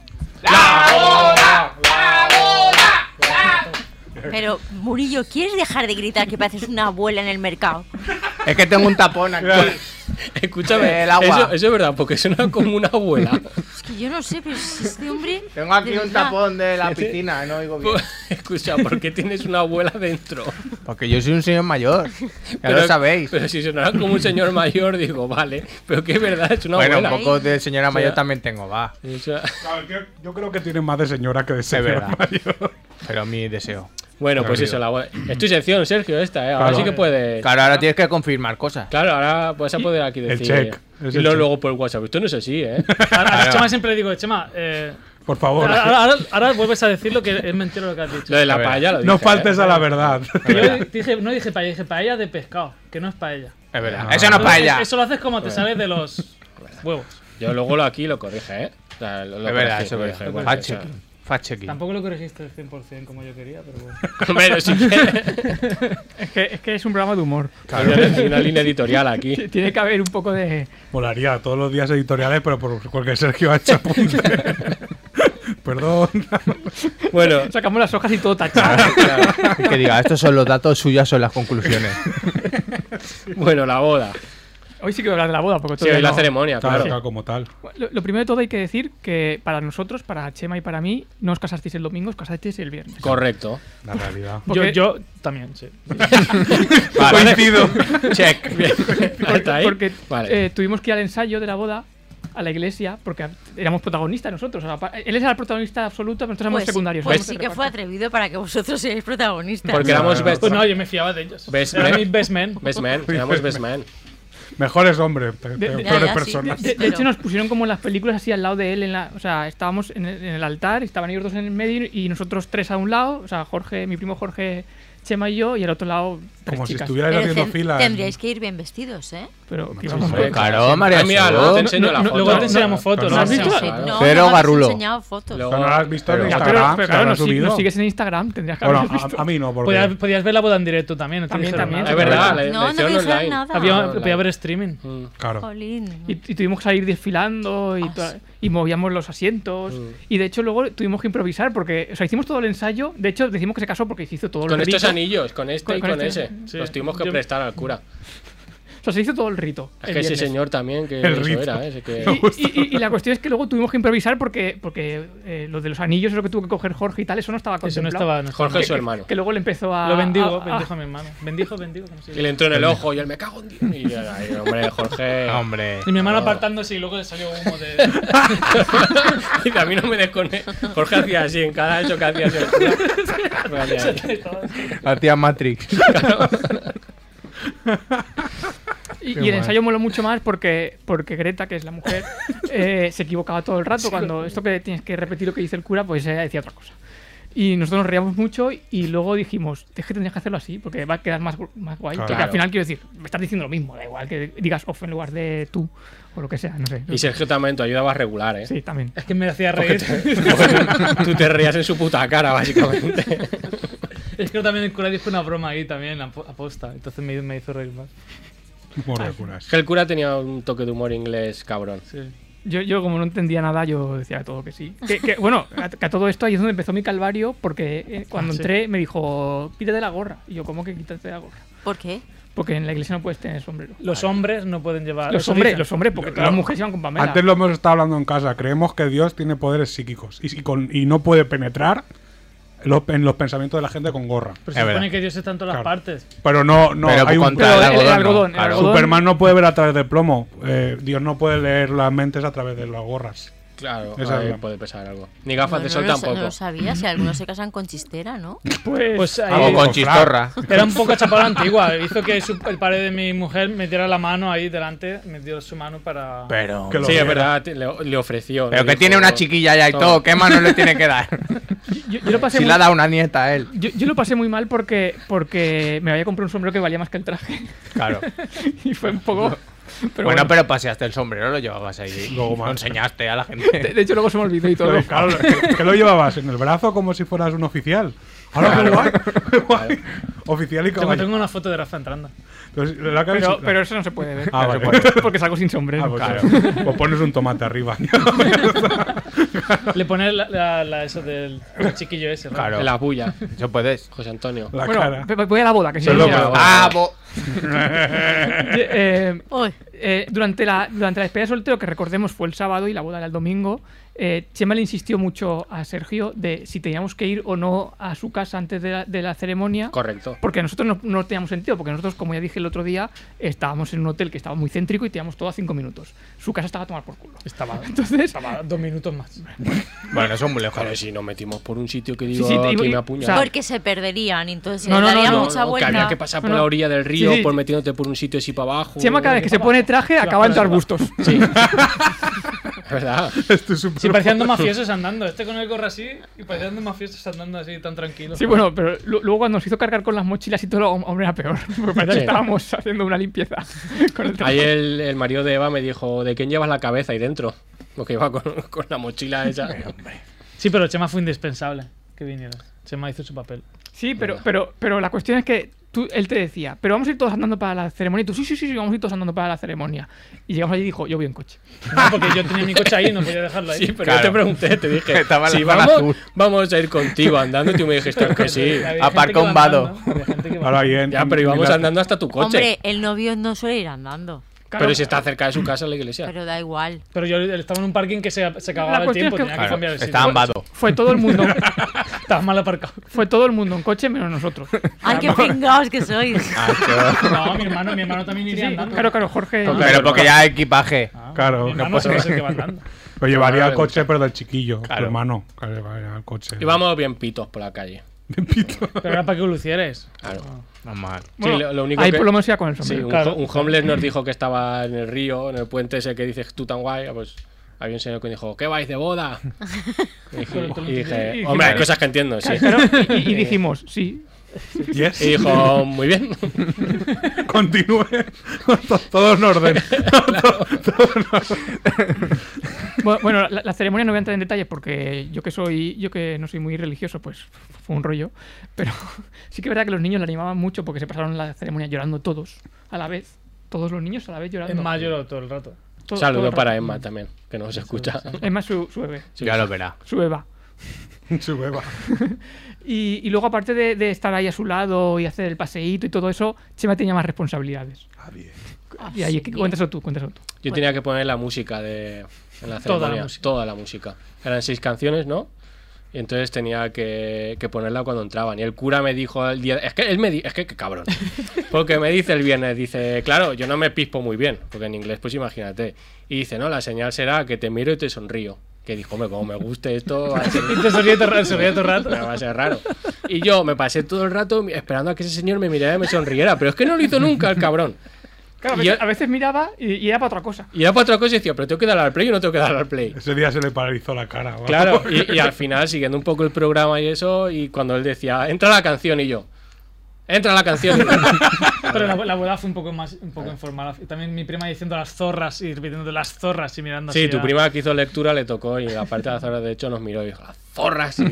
C: Pero, Murillo, ¿quieres dejar de gritar que pareces una abuela en el mercado?
G: Es que tengo un tapón aquí.
B: Escúchame,
G: El agua.
B: Eso, eso es verdad, porque suena como una abuela.
C: Es que yo no sé, pero si este hombre.
G: Tengo aquí
C: de
G: un
C: verdad,
G: tapón de la piscina, no oigo
B: Pues-
G: bien.
B: Escucha, ¿por qué tienes una abuela dentro?
G: Porque yo soy un señor mayor. Ya
B: Pero-
G: lo sabéis.
B: Pero si sonara como un señor mayor, digo, vale. Pero que es verdad, es una
G: bueno, pues- un
B: abuela.
G: poco de señora mayor
B: sea-
G: también tengo, va.
B: Eso-
E: A ver, que- yo creo que tiene más de señora que de
G: Es
E: señor
G: verdad.
E: mayor.
G: Pero mi deseo.
B: Bueno, pues
E: Claro.
B: eso, la abuela. Es tu sección, Sergio, esta, ¿eh? Ahora
E: Claro.
B: sí que puedes.
G: Claro, ahora tienes que confirmar cosas.
B: Claro, ahora vas a poder aquí decir.
E: check, es
B: Y
E: el
B: luego,
E: check.
B: luego por WhatsApp. Esto no es así, ¿eh?
D: Ahora, a Chema siempre le digo, Chema, eh,
E: Por favor.
D: ahora, ahora- ahora vuelves a decir lo que es mentira lo que has dicho.
B: Lo de la
G: A ver,
B: paella lo dije.
E: No
B: ¿eh?
E: faltes a la verdad.
D: Que yo dije, no dije paella, dije paella de pescado, que no es paella.
G: Es verdad.
E: No.
G: Eso no es para allá.
D: Eso lo haces como te sales de los huevos.
B: Yo luego lo aquí lo corrige, ¿eh? O sea, lo- lo
G: Es verdad,
B: corrige,
G: eso
B: lo
G: es
B: corrige,
G: verdad. Ah,
B: bueno,
G: Fact
B: o sea.
G: checking. Fact checking.
D: Tampoco lo corregiste al 100% como yo quería, pero bueno.
B: Pero sí que.
F: Es que es, que es un programa de humor.
B: Hay una línea editorial aquí.
F: Tiene que haber un poco de.
E: Molaría todos los días editoriales, pero por, porque Sergio ha hecho apunte. Perdón.
B: Bueno,
F: Sacamos las hojas y todo tachado.
G: Y que diga, estos son los datos suyos, son las conclusiones.
B: bueno, la boda.
F: Hoy sí que voy a hablar de la boda porque
B: Sí, hoy
F: todavía
B: la
F: no-
B: ceremonia,
E: Claro,
B: claro.
E: claro, como tal.
F: Lo, lo primero de todo hay que decir que para nosotros, para Chema y para mí, no os casasteis el domingo, os casasteis el viernes.
B: Correcto.
E: La realidad.
D: Yo,
F: Porque-
D: yo también, sí.
G: Coincido. Check.
B: Bien. Hasta ahí.
F: Porque
B: Vale.
F: eh, tuvimos que ir al ensayo de la boda a la iglesia porque éramos protagonistas nosotros. Ahora, pa- Él era el protagonista absoluto, pero nosotros éramos
C: Pues,
F: secundarios.
C: pues
F: éramos
C: sí
F: de
C: que fue
F: reparto.
C: atrevido para que vosotros seáis protagonistas.
B: Porque éramos best,
D: Pues no, yo me fiaba de ellos.
B: Best
D: Eran
B: man.
D: mis best men.
B: best man. Éramos best man.
E: Mejores hombres, pe-
F: de-
E: peores
F: Ya,
C: ya, sí.
E: personas.
F: De, de
C: Pero-
F: hecho, nos pusieron como en las películas así al lado de él. En la, o sea, estábamos en el, en el altar, estaban ellos dos en el medio y nosotros tres a un lado. O sea, Jorge, mi primo Jorge, Chema y yo, y al otro lado tres
E: Como si
F: chicas.
E: estuvierais
C: Pero
E: haciendo
C: ten-
E: fila. en-
C: Tendríais que ir bien vestidos, ¿eh?
F: Pero Pero que
G: Sí,
F: íbamos-
G: sí, claro, María
B: Ah, mira, luego
G: Sol.
B: te enseño la
D: No, no,
B: foto.
D: luego te
B: No,
D: enseñamos
B: no,
D: fotos,
B: no,
D: ¿las
C: Sí,
D: has
B: no,
D: visto?
C: sí,
B: no,
C: no,
B: no.
G: Cero
C: no me habéis
G: garrulo.
C: enseñado fotos.
B: Luego-
E: O sea, no la has visto en
G: Pero-
F: Ah, pero,
E: Instagram.
F: pero
E: o sea,
F: claro,
E: la has
F: nos, sig-
E: subido.
F: nos sigues en Instagram, tendrías que
E: Bueno,
F: habernos
E: a,
F: visto.
E: a mí no, porque.
D: Podías, podías ver la boda en directo también. no te
F: También,
D: dijeron
F: también.
D: nada.
B: Es verdad, la
C: No, no
B: edición
C: dijeron
B: online.
C: nada.
D: Había,
B: Ah,
D: podía haber streaming.
B: Mm.
E: Claro.
C: Jolín.
F: Y, y tuvimos que salir desfilando y,
C: Ah,
F: toda-
C: sí.
F: y movíamos los asientos.
E: Mm.
F: Y de hecho, luego tuvimos que improvisar porque, o sea, hicimos todo el ensayo. De hecho, decimos que se casó porque se hizo todo
B: Con
F: el rito.
B: estos anillos, con este
F: Con-
B: y
F: con
B: con
F: este.
B: ese.
D: Sí.
B: Los tuvimos que
D: Yo-
B: prestar al cura.
F: O sea, se hizo todo el rito.
B: Es
F: el
B: que ese
F: viernes.
B: señor también, que
E: El
B: eso
E: rito.
B: era, ¿eh? ese que...
F: Y- Y, y- y la cuestión es que luego tuvimos que improvisar porque, porque eh, lo de los anillos, lo que tuvo que coger Jorge y tal, eso no estaba
D: Eso
F: contemplado.
D: no estaba. no estaba.
B: Jorge es su hermano.
F: Que luego le empezó a.
D: Lo bendigo,
F: a- a-
D: bendijo a mi hermano. Bendijo, bendigo. como
B: Y
D: se dice.
B: le entró en el ojo y él me cago en Dios. Y yo, ay, hombre, Jorge.
G: Hombre.
D: Y mi hermano apartándose y luego le salió humo de.
B: Dice, a mí no me desconecto. Jorge hacía así, en cada hecho que hacía así. el cura. Me hacía así.
G: Hacía Matrix.
F: Y,
E: Qué
F: y el
E: guay.
F: ensayo moló mucho más porque, porque Greta, que es la mujer, eh, se equivocaba todo el rato. Cuando esto que tienes que repetir lo que dice el cura, pues ella decía otra cosa. Y nosotros nos reíamos mucho y luego dijimos, es que tendrías que hacerlo así porque va a quedar más, gu- más guay.
E: Claro.
F: Porque al final quiero decir, me estás diciendo lo mismo, da igual que digas off en lugar de tú o lo que sea, no sé.
B: Y Sergio también, tú ayudabas regular, ¿eh?
F: Sí, también.
D: Es que me hacía reír.
B: Tú te reías en su puta cara, básicamente.
D: Es que también el cura dijo una broma ahí también, apo- aposta. Entonces me, me hizo reír más.
E: Bueno, curas.
B: Es que el cura tenía un toque de humor inglés cabrón.
D: Sí.
F: Yo, yo como no entendía nada, yo decía todo que sí. Que, que, bueno, a, que a todo esto ahí es donde empezó mi calvario porque eh, cuando
D: Ah, sí.
F: entré me dijo, quítate la gorra. Y yo, ¿cómo que quítate la gorra?
C: ¿Por qué?
F: Porque en la iglesia no puedes tener sombrero.
D: Los hombres no pueden llevar.
F: Los
D: eso
F: hombres,
D: dicen.
F: los hombres, porque todas las mujeres iban con Pamela.
E: Antes lo hemos estado hablando en casa. Creemos que Dios tiene poderes psíquicos y, y con- y no puede penetrar lo- en los pensamientos de la gente con gorra.
D: Pero
G: Es
D: se supone
G: verdad.
D: que Dios está en todas las
E: Claro.
D: partes.
E: Pero no, no
G: pero
E: hay un
G: contra
F: Pero
G: el
F: el- el
G: algodón.
F: algodón,
G: no,
F: el
G: claro.
F: algodón.
E: Superman no puede ver a través del plomo. Eh, Dios no puede leer las mentes a través de las gorras.
B: Claro,
E: Esa
B: ahí
E: es la-
B: puede pesar algo. Ni gafas
C: No,
B: de
C: no
B: sol
C: lo sa-
B: tampoco.
C: No lo sabía, si algunos se casan con chistera, ¿no?
F: Pues,
D: Pues ahí-
G: O con
E: Claro.
G: chistorra.
D: Era un poco chapada antigua. Hizo que su- el padre de mi mujer metiera la mano ahí delante. Metió su mano para.
G: Pero.
E: Que lo
B: Sí, es
E: viera.
B: verdad, te- le, le ofreció.
G: Pero
B: le
G: que
B: dijo-
G: tiene una chiquilla ya y
B: Toma.
G: todo. ¿Qué más no le tiene que dar?
F: yo, yo lo pasé
G: Si
F: muy,
G: le ha dado una nieta a él.
F: yo, yo lo pasé muy mal porque, porque me había comprado un sombrero que valía más que el traje.
G: Claro.
F: y fue un poco... Pero
G: bueno,
F: bueno,
G: pero paseaste el sombrero, lo llevabas ahí.
E: Luego
G: lo
E: más.
G: enseñaste a la
F: De,
G: gente.
F: de hecho, luego se me olvidó y todo.
E: Pero, claro, que, que lo llevabas en el brazo como si fueras un oficial. Ahora qué guay, qué guay. Oficial y
D: Tengo,
E: caballero.
D: tengo una foto de Rafa entrando.
E: Entonces, la cabeza-
F: Pero, pero eso no se puede ver.
E: Ah,
F: No se
E: vale.
F: puede ver, Porque salgo sin sombrero.
E: Ah, pues,
F: Claro.
E: claro. Pues pones un tomate arriba.
D: Le pone la, la- la- eso del chiquillo ese. ¿no?
G: Claro.
B: En la bulla,
G: Eso puedes.
B: José Antonio.
E: la
F: Bueno,
E: cara.
F: ve- ve- voy a la boda, que si
E: Pero
F: no-
E: luego-
G: Ah, bo-
F: Eh, eh,
C: Uy,
F: Eh, durante, la, durante la despedida de soltero, que recordemos fue el sábado y la boda era el domingo, eh, Chema le insistió mucho a Sergio de si teníamos que ir o no a su casa antes de la, de la ceremonia.
B: Correcto.
F: Porque nosotros no, no teníamos sentido, porque nosotros, como ya dije el otro día, estábamos en un hotel que estaba muy céntrico y teníamos todo a cinco minutos. Su casa estaba a tomar por culo.
D: Estaba,
F: Entonces,
D: estaba dos minutos más.
G: Bueno, eso es muy lejos.
B: Pero si nos metimos por un sitio que digo
F: sí, te-
B: aquí
F: y-
B: me
F: o sea,
B: apuñala.
C: porque se perderían, entonces
F: No, no,
C: daría
F: no, no,
C: mucha
B: que
C: vuelta.
B: había que pasar por
F: No, no.
B: la orilla del río,
F: Sí, sí.
B: por metiéndote por un sitio así para abajo.
F: Chema, cada vez que se pone traje, acaba en arbustos.
B: Sí. Es verdad.
E: Estoy súper-
D: Sí, parecían dos mafiosos andando. Este con el gorro así y parecían dos mafiosos andando así tan tranquilos.
F: Sí, bueno, pero lu- luego cuando nos hizo cargar con las mochilas y todo, hombre, era peor. Porque parecía que
B: Sí.
F: estábamos haciendo una limpieza con el traje.
B: Ahí el, el marido de Eva me dijo, ¿de quién llevas la cabeza ahí dentro? Porque iba con, con la mochila esa.
D: Sí, pero Chema fue indispensable que vinieras. Chema hizo su papel.
F: Sí, pero, pero, pero la cuestión es que tú, él te decía, pero vamos a ir todos andando para la ceremonia. Y tú, sí, sí, sí, sí, vamos a ir todos andando para la ceremonia. Y llegamos allí y dijo, yo voy en coche.
D: No, porque yo tenía mi coche ahí y no podía dejarlo ahí.
B: Sí, pero
G: Claro.
B: yo te pregunté, te dije,
G: Estaba en la
B: si
G: zona
B: vamos,
G: azul.
B: vamos a ir contigo andando y tú me dijiste que sí.
D: Había gente
G: Aparca
D: que iba
G: un vado.
D: andando, había gente que iba
E: Ahora bien.
B: Ya, pero íbamos andando hasta tu coche.
C: Hombre, el novio no suele ir andando,
B: pero si está cerca de su casa la iglesia.
C: pero da igual.
D: Pero yo estaba en un parking que se, se
F: La
D: cagaba el
F: cuestión
D: tiempo,
F: es que-
D: tenía que
G: Claro,
D: cambiar el sitio.
G: Está ambado.
F: Fue todo el mundo,
D: Estaba mal aparcado.
F: fue todo el mundo en coche menos nosotros.
C: ¡Ay, qué pingaos que sois!
G: Ah,
F: Ah.
D: No, mi hermano, mi hermano también
F: Sí,
D: iría
F: sí,
D: andando.
F: claro, claro, Jorge.
E: Toca-
G: Pero porque ya hay equipaje.
E: Claro,
D: mi
E: no
D: hermano solo
E: puede.
D: es el que va andando.
E: Lo llevaría
B: Claro.
E: al coche, pero del chiquillo,
G: Claro.
E: tu hermano. Claro, llevaría al coche.
B: Íbamos bien pitos por la calle.
D: Pero era para que lucieres.
B: Claro.
G: No mal.
F: Bueno,
B: Sí, lo- lo único
F: ahí
B: que-
F: por lo menos iba con el
B: Sí,
F: sombrero.
B: un,
D: claro.
B: ho- un homeless nos dijo que estaba en el río, en el puente ese que dices tú tan guay. Pues había un señor que dijo, ¿qué vais de boda? Y dije, y dije, hombre, hay cosas que entiendo, sí.
F: Claro, y, y dijimos, sí.
E: Yes.
B: Y dijo, muy bien.
E: Continúe. To- Todo en orden.
F: Bu- Bueno, la, la ceremonia no voy a entrar en detalles porque yo que soy, yo que no soy muy religioso, pues fue un rollo. Pero sí que es verdad que los niños la animaban mucho porque se pasaron la ceremonia llorando todos a la vez. Todos los niños a la vez llorando.
D: En mayo lo- todo el rato.
F: Todo- todo
B: Saludo
F: el
B: para
F: rato.
B: Emma también, que nos escucha.
F: Emma es su, su bebé,
B: Sí,
G: ya
B: sí.
G: lo verá.
F: su beba.
E: Su beba.
F: Y, y luego, aparte de, de estar ahí a su lado y hacer el paseíto y todo eso, Chema tenía más responsabilidades. Y ahí,
C: bien.
F: cuéntaselo tú, cuéntaselo tú.
B: Yo tenía que poner la música de en la ceremonia,
D: música.
B: toda la música. Eran seis canciones, ¿no? Y entonces tenía que, que ponerla cuando entraban. Y el cura me dijo el día. Es que él me di- Es que qué cabrón. Porque me dice el viernes, dice, claro, yo no me pispo muy bien. Porque en inglés, pues imagínate. Y dice, no, la señal será que te miro y te sonrío. Que dijo, hombre, como me guste esto, va a ser
D: Y te sonríe todo el rato, sonríe todo el rato.
B: me va a ser raro. Y yo me pasé todo el rato esperando a que ese señor me mirara y me sonriera, pero es que no lo hizo nunca el cabrón.
F: Claro, a
B: Y
F: veces,
B: yo-
F: a veces miraba y, y era para otra cosa.
B: Y era para otra cosa y decía, pero tengo que dar al play o no tengo que dar al play.
E: Ese día se le paralizó la cara. vamos.
B: Claro, y, y al final, siguiendo un poco el programa y eso, y cuando él decía, entra la canción y yo, entra la canción. Y yo,
D: Pero la, la boda fue un poco más un poco informal. Y También mi prima diciendo las zorras y repitiendo las zorras y mirando
B: sí,
D: así
B: tu
D: a-
B: prima que hizo lectura le tocó y aparte de las zorras, de hecho, nos miró y dijo, las zorras. Y,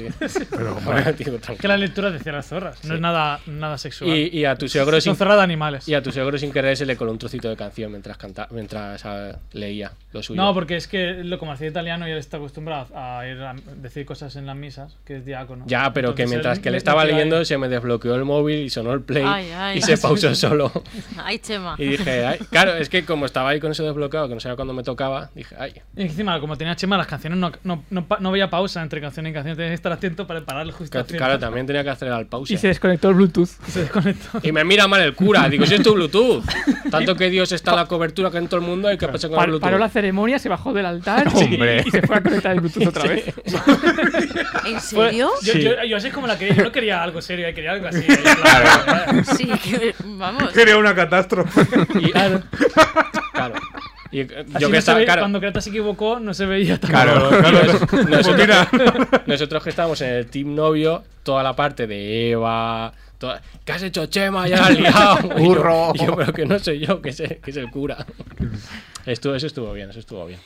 E: Pero,
B: Bueno, tío,
D: Que
B: tranquilo.
D: la lectura decía las zorras. No es nada, nada sexual.
B: y, y a tu suegro
D: Son
B: sin,
D: zorras de animales.
B: y a tu suegro sin querer se le coló un trocito de canción mientras, canta, mientras ah, leía lo suyo.
D: No, porque es que lo como hacía italiano y él está acostumbrado a ir a decir cosas en las misas, que es diácono.
B: Ya, pero que
D: Entonces eh,
B: mientras
D: él
B: que le
D: me-
B: estaba
D: me tiraba
B: leyendo
D: ahí.
B: se me desbloqueó el móvil y sonó el play
C: Ay, ay.
B: y se pausó solo.
C: Ay, Chema.
B: Y dije, ay, claro, es que como estaba ahí con eso desbloqueado, que no sabía cuándo me tocaba, dije, ay,
D: Y encima, como tenía Chema, las canciones no, no, no, pa- no había pausa entre canción y canción. Tenías que estar atento para pararle justo
B: ca-
D: a tiempo.
B: claro, también tenía que hacer al pause.
F: Y se desconectó el Bluetooth.
D: Y se desconectó.
B: Y me mira mal el cura, digo, si es tu Bluetooth. Tanto que Dios está la cobertura que en todo el mundo y qué pasa con
F: Par-
B: el Bluetooth.
F: paró la ceremonia, se bajó del altar y-
G: Hombre.
F: y, se fue a conectar el Bluetooth otra vez.
C: ¿En
D: Fue-
C: serio?
D: Yo,
B: Sí.
D: yo- yo así es como la quería. Yo no quería algo serio, yo quería algo así. Claro.
C: Sí, que- vamos.
E: Sería una catástrofe.
B: Y, claro. claro. Y, eh,
D: Así
B: yo
D: no
B: que
D: se
B: estaba,
D: ve-
B: claro,
D: Cuando Creta se equivocó, no se veía tan
G: Claro,
B: Nos- nosotros,
E: mira.
B: nosotros que estábamos en el team novio, toda la parte de Eva, toda- ¿qué has hecho Chema? Ya la has liado. Y yo-
G: Burro.
B: y yo, pero que no soy yo, que es el, que es el cura. Estuvo, eso estuvo bien, eso estuvo bien.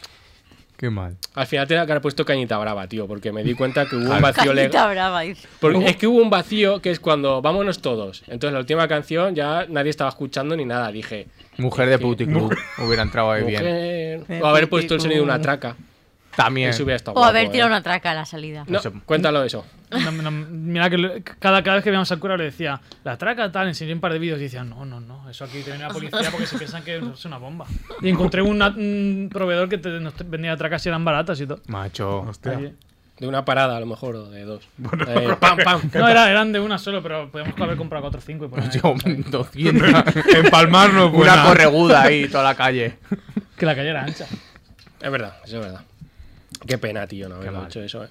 G: Qué mal.
B: Al final tenía que haber puesto cañita brava, tío, porque me di cuenta que hubo un vacío
C: Cañita
B: legal.
C: brava. dice.
B: Porque es que hubo un vacío que es cuando vámonos todos. Entonces la última canción ya nadie estaba escuchando ni nada. Dije,
G: Mujer de Puticlub hubiera entrado ahí bien.
B: mujer. O haber puesto el sonido de una traca.
G: También.
B: Eso hubiera estado
C: O haber
B: guapo,
C: tirado
B: ¿eh?
C: una traca a la salida.
B: No, cuéntalo eso.
D: No, no, mira que lo- cada, cada vez que veíamos al cura le decía, la traca tal, enseñé un par de vídeos y decía, no, no, no, eso aquí te viene la policía porque se piensan que es una bomba. Y encontré una- un proveedor que te, nos vendía tracas y eran baratas y todo.
G: Macho.
E: Hostia.
B: De una parada, a lo mejor, o de dos. Eh, pam, pam.
D: No, era- eran de una solo, pero podíamos haber comprado cuatro o cinco y poner ahí.
G: Yo, 200.
E: Empalmar no es buena.
G: Una correguda ahí, toda la calle.
D: Que la calle era ancha.
B: Es verdad, eso es verdad. Qué pena, tío, no haberlo
G: mal.
B: hecho eso, eh.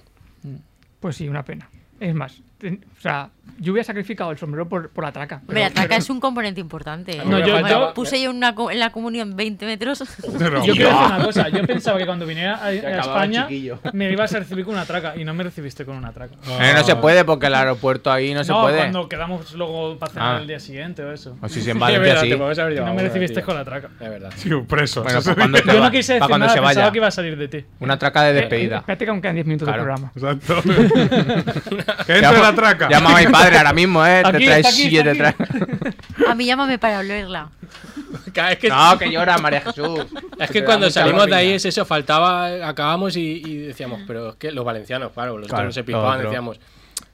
F: Pues sí, una pena. Es más, ten- o sea, yo hubiera sacrificado el sombrero por, por la traca. pero-
C: Hombre, la traca es un componente importante. ¿eh?
B: No,
D: yo-
C: Bueno,
D: yo-
C: puse yo en una co- en la comunión 20 metros.
E: Pero-
D: Yo quiero decir una cosa, yo pensaba que cuando viniera a, a
G: acababa,
D: España
G: chiquillo.
D: me ibas a recibir con una traca y no me recibiste con una traca.
G: Eh, no se puede porque el aeropuerto ahí no, se
D: No,
G: puede.
D: cuando quedamos luego para cenar
G: Ah.
D: el día siguiente o eso.
G: O si se en
B: es
G: Valencia
B: verdad,
G: sí.
B: te podemos haber llevado
D: No me
B: una,
D: recibiste
B: tío.
D: con la traca.
B: Es verdad.
E: Tío, preso.
G: Bueno, pues cuando te
D: Yo
G: va-
D: no quise
G: pa'
D: decir
G: cuando
D: nada,
G: se
D: pensaba
G: vaya.
D: que iba a salir de ti.
G: Una traca de despedida.
F: Espérate que aún quedan 10 minutos
G: Claro.
F: del programa.
E: Exacto. que entre la traca.
G: Llama a mi padre ahora mismo, ¿eh?
D: Aquí,
G: te traes
D: está aquí,
G: siete
D: está aquí.
G: tracas.
C: A mí llámame para olerla.
B: Cada vez que-
G: No, que llora, María Jesús.
B: es
G: te
B: que
G: da
B: cuando
G: mucha
B: salimos de
G: morriña.
B: ahí es eso, faltaba, acabamos y, y decíamos, pero es que los valencianos, claro, los
G: Claro,
B: otros se pispaban,
G: otro.
B: decíamos,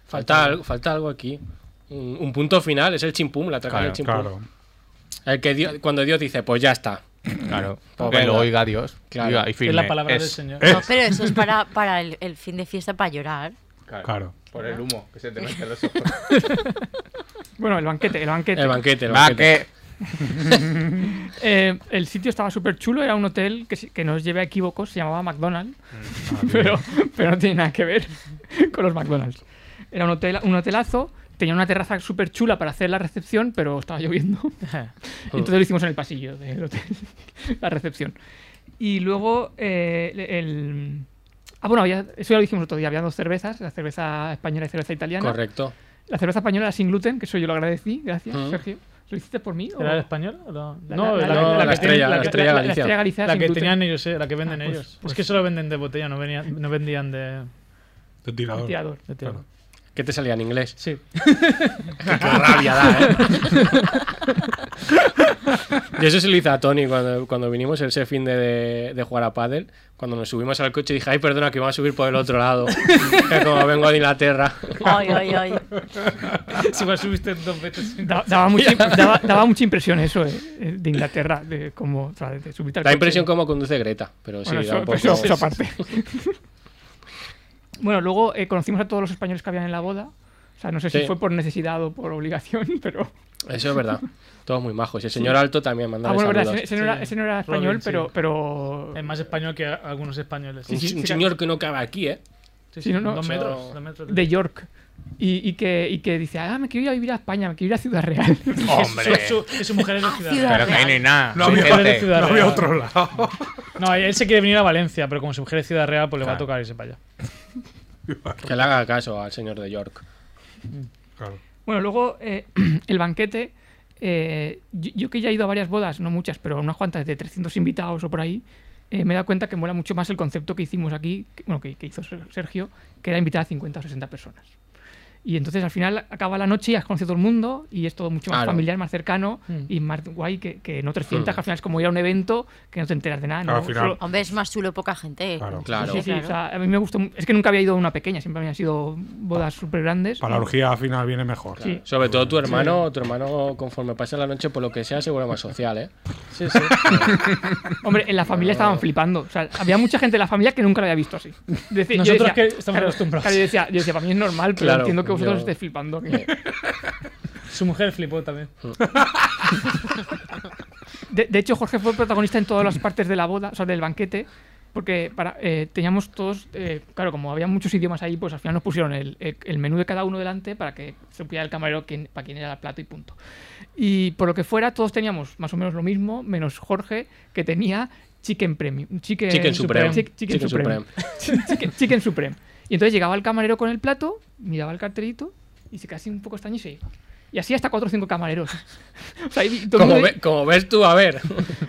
B: falta algo, falta algo aquí. Un, un punto final, es el chimpum, la traca
G: Claro,
B: del chimpum.
E: Claro.
B: El que Dios- cuando Dios dice, pues ya está.
G: Claro.
B: Pues
G: Que lo
B: venga.
G: oiga Dios.
B: Claro.
G: Diga, y
D: Que
G: firme.
D: es la palabra
G: Es-
D: del Señor.
E: Eh,
C: No, pero eso es para, para el, el fin de fiesta, para llorar.
E: Claro.
G: Por el humo que se te mete en los ojos.
F: Bueno, el banquete, el banquete.
B: El banquete, el
G: Va,
B: banquete.
G: que.
F: Eh, el sitio estaba súper chulo, era un hotel que, se- que nos lleve a equívocos, se llamaba McDonald's, pero, pero no tiene nada que ver con los McDonald's. Era un, hotel, un hotelazo, tenía una terraza súper chula para hacer la recepción, pero estaba lloviendo. Y Entonces lo hicimos en el pasillo del hotel, la recepción. Y luego eh, le- el... Ah, bueno, había- eso ya lo dijimos otro día, había dos cervezas, la cerveza española y cerveza italiana.
B: Correcto.
F: La cerveza española sin gluten, que eso yo lo agradecí, gracias,
B: Ujú.
F: Sergio. ¿Lo hiciste por mí? o-
D: ¿Era el español? o No,
F: La-
D: No,
F: la-
D: que-
F: la- la-
D: que
F: la
D: tiene-
B: estrella,
D: la
B: la
D: que-
B: estrella
F: la- la
B: Galicia.
F: estrella Galicia
D: La
F: sin
D: que
F: gluten.
D: tenían ellos, eh, la que venden
F: Ah, pues-
D: ellos.
F: pues-
D: Es que solo venden de botella, no, venía- no vendían de,
E: De tirador.
F: Tirador.
D: de tierra.
E: Claro.
B: ¿Qué te salía en inglés?
D: Sí.
B: Qué rabia da, ¿eh? Y eso se lo hice a Tony cuando, cuando vinimos ese fin de, de, de jugar a pádel. Cuando nos subimos al coche dije, ay, perdona, que vamos a subir por el otro lado. que como vengo de Inglaterra.
C: Ay, ay, ay.
D: Si me subiste dos veces.
F: Da- daba, mucha, imp- daba, daba mucha impresión eso eh, eh, de Inglaterra, de cómo o sea, de subirte al
B: Da
F: coche.
B: impresión cómo conduce Greta, pero sí,
F: Bueno,
B: da
F: eso,
B: un poco...
F: eso- eso aparte. bueno, luego eh, conocimos a todos los españoles que habían en la boda. O sea, no sé si
B: Sí.
F: fue por necesidad o por obligación, pero...
B: Eso es verdad. Todos muy majos. Y el señor Alto también mandaba
F: Ah, bueno, verdad,
B: saludos.
F: ese, ese no era,
D: Sí.
F: ese no era
D: Robin,
F: español,
D: sí.
F: pero... pero...
D: Es más español que a- algunos españoles.
B: Un,
F: sí, sí,
B: un
F: sí,
B: señor que no cabe aquí, ¿eh?
D: Sí,
F: sí,
D: sí,
F: no, no,
D: dos
B: eso-
D: metros. dos metros
F: de York. Y, y que, y que dice, ah, me quiero ir a vivir a España, me quiero ir a Ciudad Real.
G: Hombre.
D: Es su, es su mujer es de
C: Ah,
D: Ciudad
C: Ciudad
D: Real.
G: Pero que ahí no hay nada.
E: No
G: soy
E: había-
G: gente.
D: de Ciudad
E: No
D: Real.
E: había otro lado.
D: No, él se quiere venir a Valencia, pero como su mujer es de Ciudad Real, pues le va a
G: Claro.
D: tocar irse para allá.
B: Que le haga caso al señor de York.
E: Claro.
F: Bueno, luego eh, el banquete. eh, yo, yo que ya he ido a varias bodas, no muchas, pero unas cuantas de 300 invitados o por ahí, eh, me he dado cuenta que mola mucho más el concepto que hicimos aquí, que- bueno, que, que hizo Ser- Sergio, que era invitar a 50 o 60 personas. Y entonces al final acaba la noche y has conocido a todo el mundo y es todo mucho más
B: Claro.
F: familiar, más cercano
D: Mm.
F: y más guay que, que no 300,
B: Mm.
F: que al final es como ir a un evento que no te enteras de nada.
E: Claro,
F: ¿no?
E: al final-
F: Solo-
C: Hombre, es más chulo poca gente.
E: Claro.
B: Claro.
F: Sí, sí, o sea, a mí me gustó. mu- Es que nunca había ido a una pequeña, siempre habían sido bodas súper grandes.
E: Para la orgía al final viene mejor.
F: Sí.
B: Sobre todo tu hermano, tu hermano conforme pasa la noche, por lo que sea, se vuelve más social, ¿eh?
D: Sí, sí.
F: Hombre, en la familia estaban flipando. O sea, había mucha gente de la familia que nunca lo había visto así. Es decir, yo
D: Nosotros
F: decía-
D: que estamos
F: claro,
D: acostumbrados.
F: claro, yo, decía, yo decía, para mí es normal, pero
B: Claro,
F: entiendo que vosotros
B: yo-
F: estéis flipando.
B: Eh,
D: Su mujer flipó también.
F: De, de hecho, Jorge fue protagonista en todas las partes de la boda, o sea, del banquete, porque para, eh, teníamos todos, eh, claro, como había muchos idiomas ahí, pues al final nos pusieron el, el- el menú de cada uno delante para que se pudiera el camarero quién- para quién era el plato y punto. Y por lo que fuera, todos teníamos más o menos lo mismo, menos Jorge, que tenía Chicken Premium. Chicken,
B: Chicken Supreme.
F: Chick- chicken,
B: Chicken
F: Supreme. chicken, Chicken Supreme. Y entonces llegaba el camarero con el plato, miraba el cartelito y se casi un poco extraño y se iba. Y así hasta cuatro o cinco camareros. O sea, ahí todo el
B: Como,
F: mundo-
B: ve- como ves tú, a ver.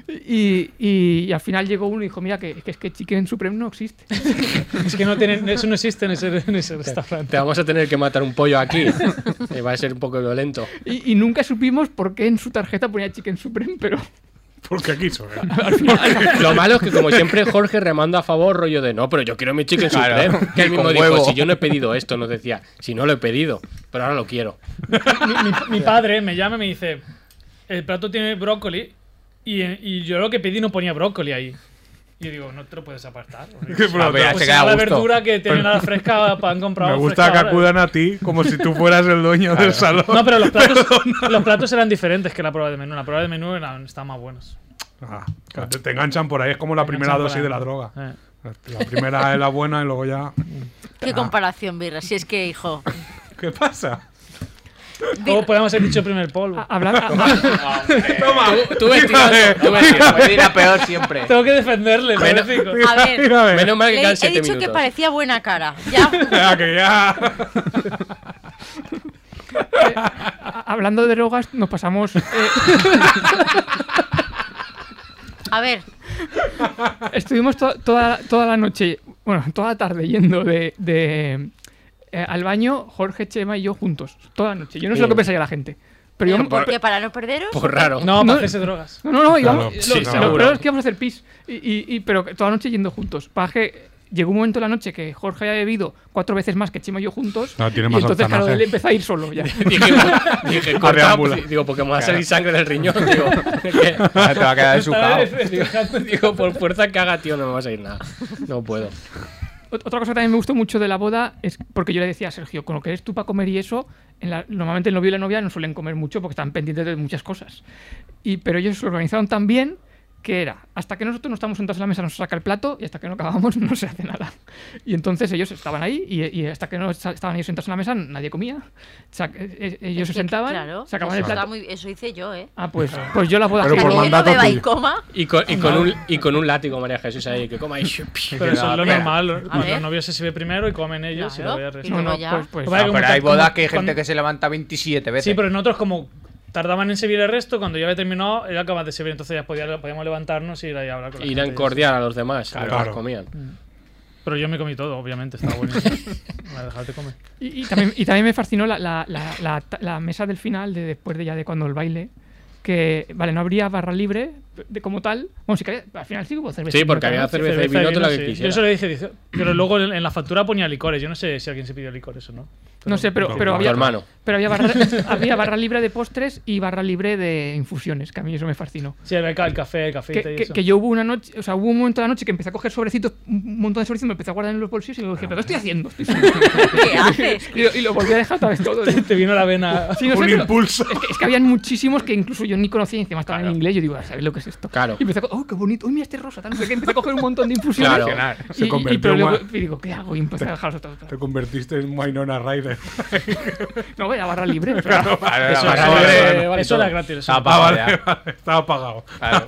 F: y, y- y al final llegó uno y dijo, mira, que, que es que Chicken Supreme no existe.
D: Es que no tienen, eso no existe en ese, en ese restaurante.
B: Te vamos a tener que matar un pollo aquí. Eh, va a ser un poco violento.
F: Y, y nunca supimos por qué en su tarjeta ponía Chicken Supreme, pero
E: Porque quiso, ¿eh?
B: Lo malo es que, como siempre, Jorge remando a favor, rollo de no, pero yo quiero mi chicken
G: Claro,
B: supreme. Que él
G: y
B: mismo
G: con
B: dijo,
G: huevo.
B: si yo no he pedido esto, nos decía, si no lo he pedido, pero ahora lo quiero.
D: Mi, mi- mi padre me llama y me dice: El plato tiene brócoli. Y, y yo lo que pedí no ponía brócoli ahí. Y yo digo: No te lo puedes apartar.
E: Que por
G: A
E: lo
G: ver,
E: tanto,
D: Pues
G: se queda
D: será
G: a
D: la
G: gusto.
D: verdura que tienen a la fresca pa- han comprado.
E: Me gusta que
D: fresca ahora.
E: acudan a ti como si tú fueras el dueño del salón.
D: No, pero los platos, los platos eran diferentes que la prueba de menú. La prueba de menú eran, estaban más buenos.
E: Ah, que te, te enganchan por ahí, es como la primera
D: enganchan por
E: dosis
D: ahí.
E: de la droga.
D: Eh.
E: La primera es la buena y luego ya. Ah.
C: Qué comparación, Birra. Si es que, hijo.
E: ¿Qué pasa?
D: O podemos haber dicho el primer polvo.
F: a- hablar- a-
E: Eh,
B: Tú, tú vestigando, tú vestigando.
G: Puede ir a Pues peor siempre.
D: Tengo que defenderle,
B: Menos-
D: pobrecito.
C: A ver.
E: Mira, eh.
B: Menos mal
C: Le
B: que
C: he
B: quedan
C: dicho
B: 7
C: que
B: minutos.
C: parecía buena cara. Ya.
E: mira, que ya.
F: a- hablando de drogas, nos pasamos... eh,
C: A ver.
F: estuvimos to- toda, toda la noche, bueno, toda la tarde yendo de... de, eh, al baño, Jorge, Chema y yo juntos. Toda la noche. Yo no sé lo que pensaría la gente. Pero
C: Pero
F: yo,
C: ¿Por qué? eh, ¿Para no perderos?
B: Por Pues raro.
D: No,
F: No.
D: para hacerse drogas.
F: No, no, no, íbamos,
E: Claro,
F: lo-
E: sí,
F: lo
E: seguro.
F: peor es que íbamos a hacer pis. Y, y- y- pero toda la noche yendo juntos. Para que llegó un momento en la noche que Jorge había bebido cuatro veces más que Chima y yo juntos.
E: No, tiene
F: y
E: más
F: entonces, claro,
E: alzanaje.
F: él empezó a ir solo ya.
B: Dije, "Pues, dije, corta,
E: deambula.
B: digo, porque me va a salir sangre del riñón. Digo, que-
G: Ah, Te va a quedar de su
D: Estaba
G: cao.
D: festejando.
B: digo, por fuerza que haga, tío, no me va a salir nada. No puedo.
F: Ot- Otra cosa que también me gustó mucho de la boda es porque yo le decía a Sergio, con lo que eres tú para comer y eso, en la- normalmente el novio y la novia no suelen comer mucho porque están pendientes de muchas cosas. Y, pero ellos se lo organizaron tan bien que era, hasta que nosotros no estamos sentados en la mesa nos saca el plato y hasta que no acabamos no se hace nada. Y entonces ellos estaban ahí y, y hasta que no sa- estaban ellos sentados en la mesa nadie comía. Sa- eh, eh, ellos se
C: que,
F: sentaban,
C: claro,
F: sacaban el
C: eso, está
F: plato.
C: muy- eso hice yo, ¿eh?
F: Ah, pues, pues yo las bodas
E: Pero
C: Que
F: que
E: por
F: hago-
C: aquello no
E: mandato
C: beba y
E: tuyo.
C: coma.
B: Y con, y con un, y con un látigo, María Jesús, ahí, que coma ahí.
D: Pero eso es lo
G: Espera.
D: normal. lo-
C: A ver.
D: Los novios se sirven primero y comen ellos y
C: Claro.
D: lo voy a
C: Y
D: restar.
F: No,
C: luego
F: no,
C: ya.
F: pues, pues,
D: Lo que pasa es
G: Ah, pero hay
D: como-
G: bodas que hay
D: cuando-
G: gente que se levanta 27 veces.
D: Sí, pero nosotros como tardaban en servir el resto, cuando ya había terminado, él acababa de servir, entonces ya podía- podíamos levantarnos y ir ahí a hablar con la
B: Y
D: gente.
B: eran cordial a los demás, claro.
E: Claro.
B: comían.
D: Pero yo me comí todo, obviamente, estaba buenísimo. Me la dejaste comer.
F: Y, y también, y también me fascinó la, la- la- la- la mesa del final, de después de ya de cuando el baile, que, vale, no habría barra libre de como tal. Bueno, sí que había- al final sí hubo cerveza.
B: Sí, porque
F: ¿no?
B: había cerveza y vino, todo lo que
D: sí.
B: quisiera.
D: Yo se lo dije, dije- pero luego en en la factura ponía licores. Yo no sé si alguien se pidió licores o no.
F: No sé, pero, pero
E: Tu
F: había.
B: hermano.
F: Pero había barra, había barra libre de postres y barra libre de infusiones, que a mí eso me fascinó.
D: Sí, el, ca- el café, el café
F: Que,
D: y
F: que-
D: eso.
F: que yo hubo una noche, o sea, hubo un momento de la noche que empecé a coger sobrecitos, un montón de sobrecitos, me empecé a guardar en los bolsillos y luego dije, pero ¿qué estoy haciendo? pues,
C: ¿Qué haces?
F: y, lo- y lo volví a dejar otra vez todo.
D: Te vino la vena.
F: Sí, no sé,
E: Un
F: pero-
E: impulso.
F: Es que, es que habían muchísimos que incluso yo ni conocía y encima estaban en inglés. Yo digo, a saber lo que es esto.
B: Claro.
F: Y empecé a co- oh, qué bonito, uy, mira este rosa, tal, no sé qué. Empecé a coger un montón de infusiones.
B: Claro.
F: Y-
E: Se
F: y- y,
E: convirtió
F: pero
E: en
F: luego-
E: una-
F: y digo, ¿qué hago? Y empecé a dejarlos todos.
E: Te convertiste en Winona Ryder.
F: No, voy a barra libre. pero-
G: Vale,
D: Eso,
G: vale,
D: eso
G: vale,
D: era-
G: vale.
D: eso era gratis. eso
G: Ah,
D: no-
E: Ah,
G: vale,
E: vale,
G: ya.
E: vale, Estaba apagado.
G: Vale.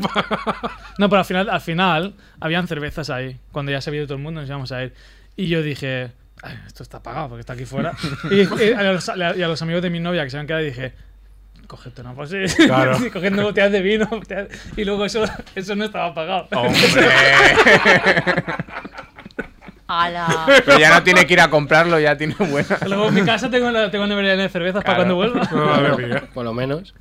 D: No, pero al final, al final habían cervezas ahí. Cuando ya se había ido todo el mundo, nos íbamos a ir. Y yo dije, "Ay, esto está apagado porque está aquí fuera. y, y a los, y a los amigos de mi novia que se han quedado, dije, cogete una pues sí".
E: Claro.
D: Y cogiendo botellas de vino. botellas- Y luego eso, eso no estaba apagado.
G: Oh. Hombre,
F: pues,
C: ¡Hala!
G: pero ya no tiene que ir a comprarlo, ya tiene buena.
D: Luego en mi casa tengo, la, tengo nevera llena de cervezas para
G: Claro.
D: cuando vuelva.
E: Madre mía.
B: Por lo menos.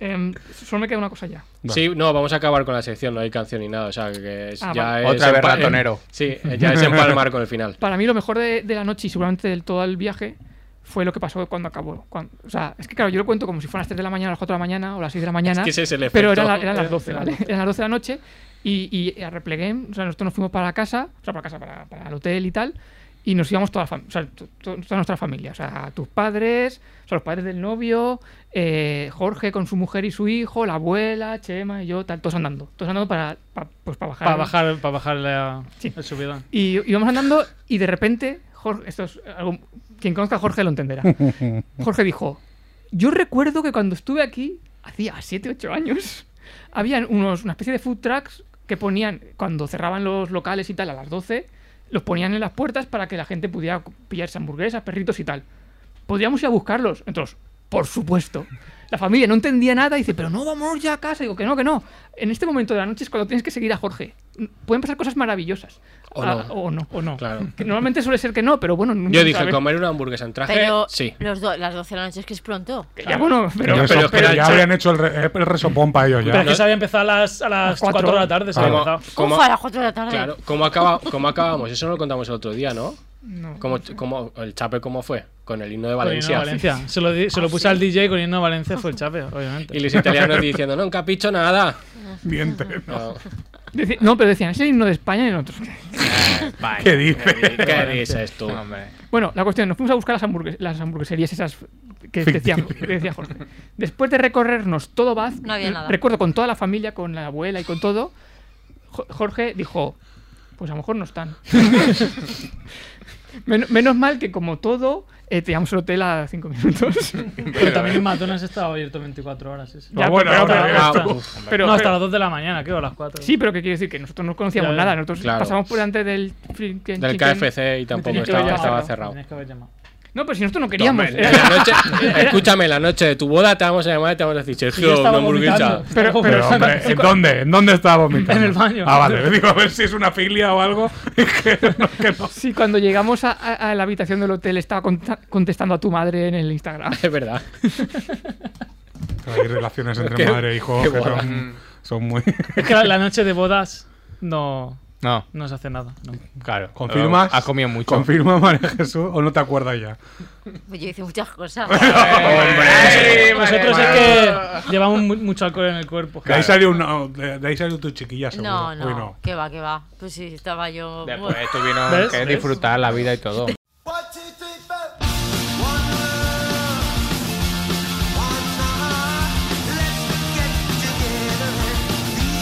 F: Em, solo me queda una cosa ya.
B: Sí, no, vamos a acabar con la sección, no hay canción ni nada, o sea, que es,
F: Ah,
B: ya
F: vale.
B: es
G: Otra vez
B: empa-
G: ratonero.
B: Sí, ya es empalmar con el final.
F: Para mí lo mejor de, de la noche y seguramente del todo el viaje fue lo que pasó cuando acabó. cuan- o sea, es que claro, yo lo cuento como si fueran las 3 de la mañana, las 4 de la mañana o las 6 de la mañana.
B: que ese es el
F: Pero
B: efecto. ¿eh?
F: eran, la- eran las 12,
D: Eran
F: ¿vale? Eran las 12 de la noche y, y a Repleguem, o sea, nosotros nos fuimos para casa, o sea, para casa, para, para el hotel y tal, y nos íbamos toda, la fam- o sea, to- to- toda nuestra familia, o sea, tus padres, o sea, los padres del novio, eh, Jorge con su mujer y su hijo, la abuela, Chema y yo, tal, todos andando, todos andando para, pa- pues, para bajar.
D: Para bajar, para bajar la,
F: Sí.
D: el subidón.
F: Y íbamos andando y de repente, Jorge, esto es algo, quien conozca a Jorge lo entenderá. Jorge dijo, yo recuerdo que cuando estuve aquí, hacía 7, 8 años, habían unos, una especie de food trucks que ponían, cuando cerraban los locales y tal a las 12, los ponían en las puertas para que la gente pudiera pillarse hamburguesas, perritos y tal. Podríamos ir a buscarlos. Entonces, por supuesto. La familia no entendía nada y dice, pero no, vamos ya a casa. digo, que no, que no. En este momento de la noche es cuando tienes que seguir a Jorge. Pueden pasar cosas maravillosas.
B: O
F: Ah,
B: no.
F: o no. o no.
B: Claro.
F: Que normalmente suele ser que no, pero bueno. nunca
B: Yo dije,
F: sabes.
B: comer una hamburguesa
F: pues,
B: en traje,
C: Pero
B: sí.
C: los do- las 12 de la noche es que es pronto.
F: Que Ya, bueno, pero,
E: Reso-
B: pero- pero
E: ya
B: el-
E: habrían hecho el, re- eh, el resopón para ellos
D: Pero es
E: ya.
D: que se había empezado a las, a las
F: cuatro.
D: 4 de la tarde. se
G: Ah,
D: había
B: Como,
D: empezado.
B: como-
C: Uf, a las 4 de la tarde.
B: claro, ¿cómo, acaba, cómo acabamos? Eso no lo contamos el otro día, ¿no?
F: No.
B: ¿Cómo, cómo- el chape cómo fue? Con el himno de
D: Con el himno
B: Valencia.
D: a Valencia. Se lo, di- se lo
F: Ah,
D: puse al DJ con el himno a Valencia, fue el chape, obviamente.
B: Y los italianos diciendo, no, capicho nada.
E: Miente.
B: No,
F: Deci- no, pero decían, es el himno de España y en otros.
E: ¿Qué dice?
B: ¿Qué dices tú?
G: Hombre.
F: Bueno, la cuestión, nos fuimos a buscar las, hamburgues- las hamburgueserías esas que decía, que decía Jorge. Después de recorrernos todo Bath,
C: No había nada.
F: recuerdo con toda la familia, con la abuela y con todo, Jo- Jorge dijo, pues a lo mejor no están. Men- menos mal que como todo, eh, teníamos el hotel a cinco minutos.
D: Pero también en McDonald's estaba abierto 24 horas. Eso.
F: Ya,
E: bueno,
F: pero-
E: ahora
F: pero-
E: ya
B: Ah,
D: está.
B: uf.
F: pero-
D: no, hasta
F: pero-
D: las 2 de la mañana, creo, a las 4.
F: Sí, pero que quiero decir que nosotros no conocíamos
D: Ya,
F: nada. Nosotros
B: claro.
F: pasamos por delante del free chicken-
B: Del
F: chicken.
B: KFC y tampoco
F: tenías que haber
B: estaba,
F: llamado,
B: estaba
F: ¿no?
B: cerrado.
D: Tenías que haber llamado.
F: No, pero si nosotros no queríamos.
B: Hombre,
F: Era-
B: la noche- escúchame, la noche de tu boda te vamos a llamar y te vamos a decir,
D: Y yo
B: Sergio,
D: estaba
B: una hamburguesa.
D: vomitando.
F: Pero-
E: Pero, hombre, ¿en dónde? ¿En dónde estaba vomitando?
D: En el baño.
E: Ah, vale. Digo, a ver si es una filia o algo.
F: Sí, cuando llegamos a, a- a la habitación del hotel estaba conta- contestando a tu madre en el Instagram.
B: Es verdad.
E: Hay relaciones entre
B: Qué-
E: madre e hijo
B: qué
E: que
B: guay.
E: son, son muy...
D: Es que la, la noche de bodas no,
G: No,
D: no se hace nada. no.
G: claro.
E: ¿Confirmas?
G: Has comido mucho.
E: ¿Confirma, María Jesús? ¿O no te acuerdas ya?
C: Pues yo hice muchas cosas.
G: Hombre.
D: Nosotros es que llevamos mu- mucho alcohol en el cuerpo.
E: De ahí salió, una, de, de ahí salió tu chiquilla, seguro.
C: No, no,
E: Uy,
C: Que va, que va. Pues sí, estaba yo.
G: Después
C: Bueno,
G: tuvieron
D: ¿Ves?
G: que
D: ¿Ves?
G: disfrutar la vida y todo.
H: One, two, three, four. One world, one heart. Let's get together.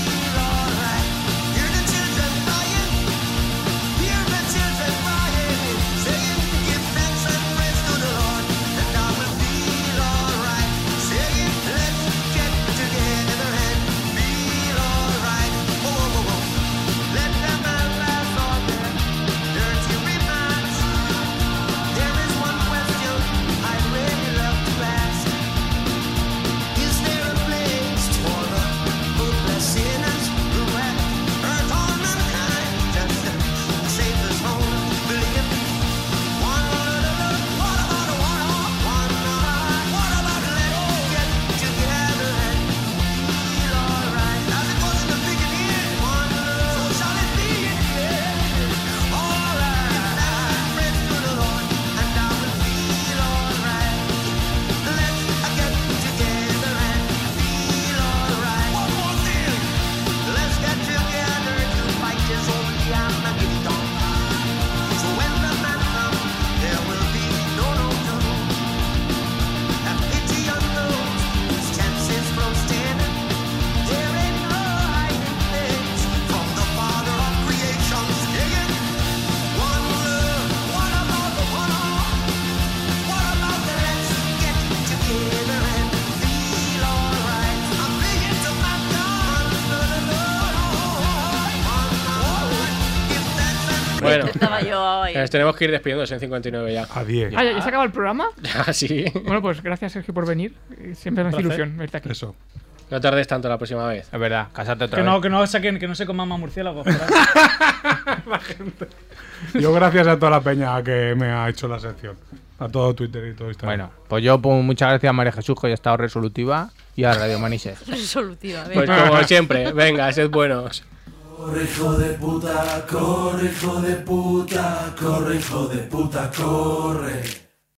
B: Bueno.
C: estaba yo hoy.
B: Nos tenemos que ir despidiendo, son 59 ya.
E: A 10.
F: Ah, ¿ya, ya se acaba el programa?
B: Así.
F: Bueno, pues gracias, Sergio, por venir. Eh, Siempre me hace
D: placer.
F: ilusión verte aquí.
E: Eso.
B: No tardes tanto la próxima vez.
G: Es verdad, casarte otra
D: Que no,
G: vez.
D: que no saquen, que no se coman más murciélagos. ¿verdad?
E: Yo gracias a toda la peña que me ha hecho la sección. A todo Twitter y todo Instagram.
G: Bueno, pues yo pues, muchas gracias a María Jesús, que hoy ha estado resolutiva, y a Radio Manises.
C: Resolutiva, venga.
B: Pues como siempre, venga, sed buenos.
H: Corre hijo de puta, corre hijo de puta, corre hijo de puta, corre.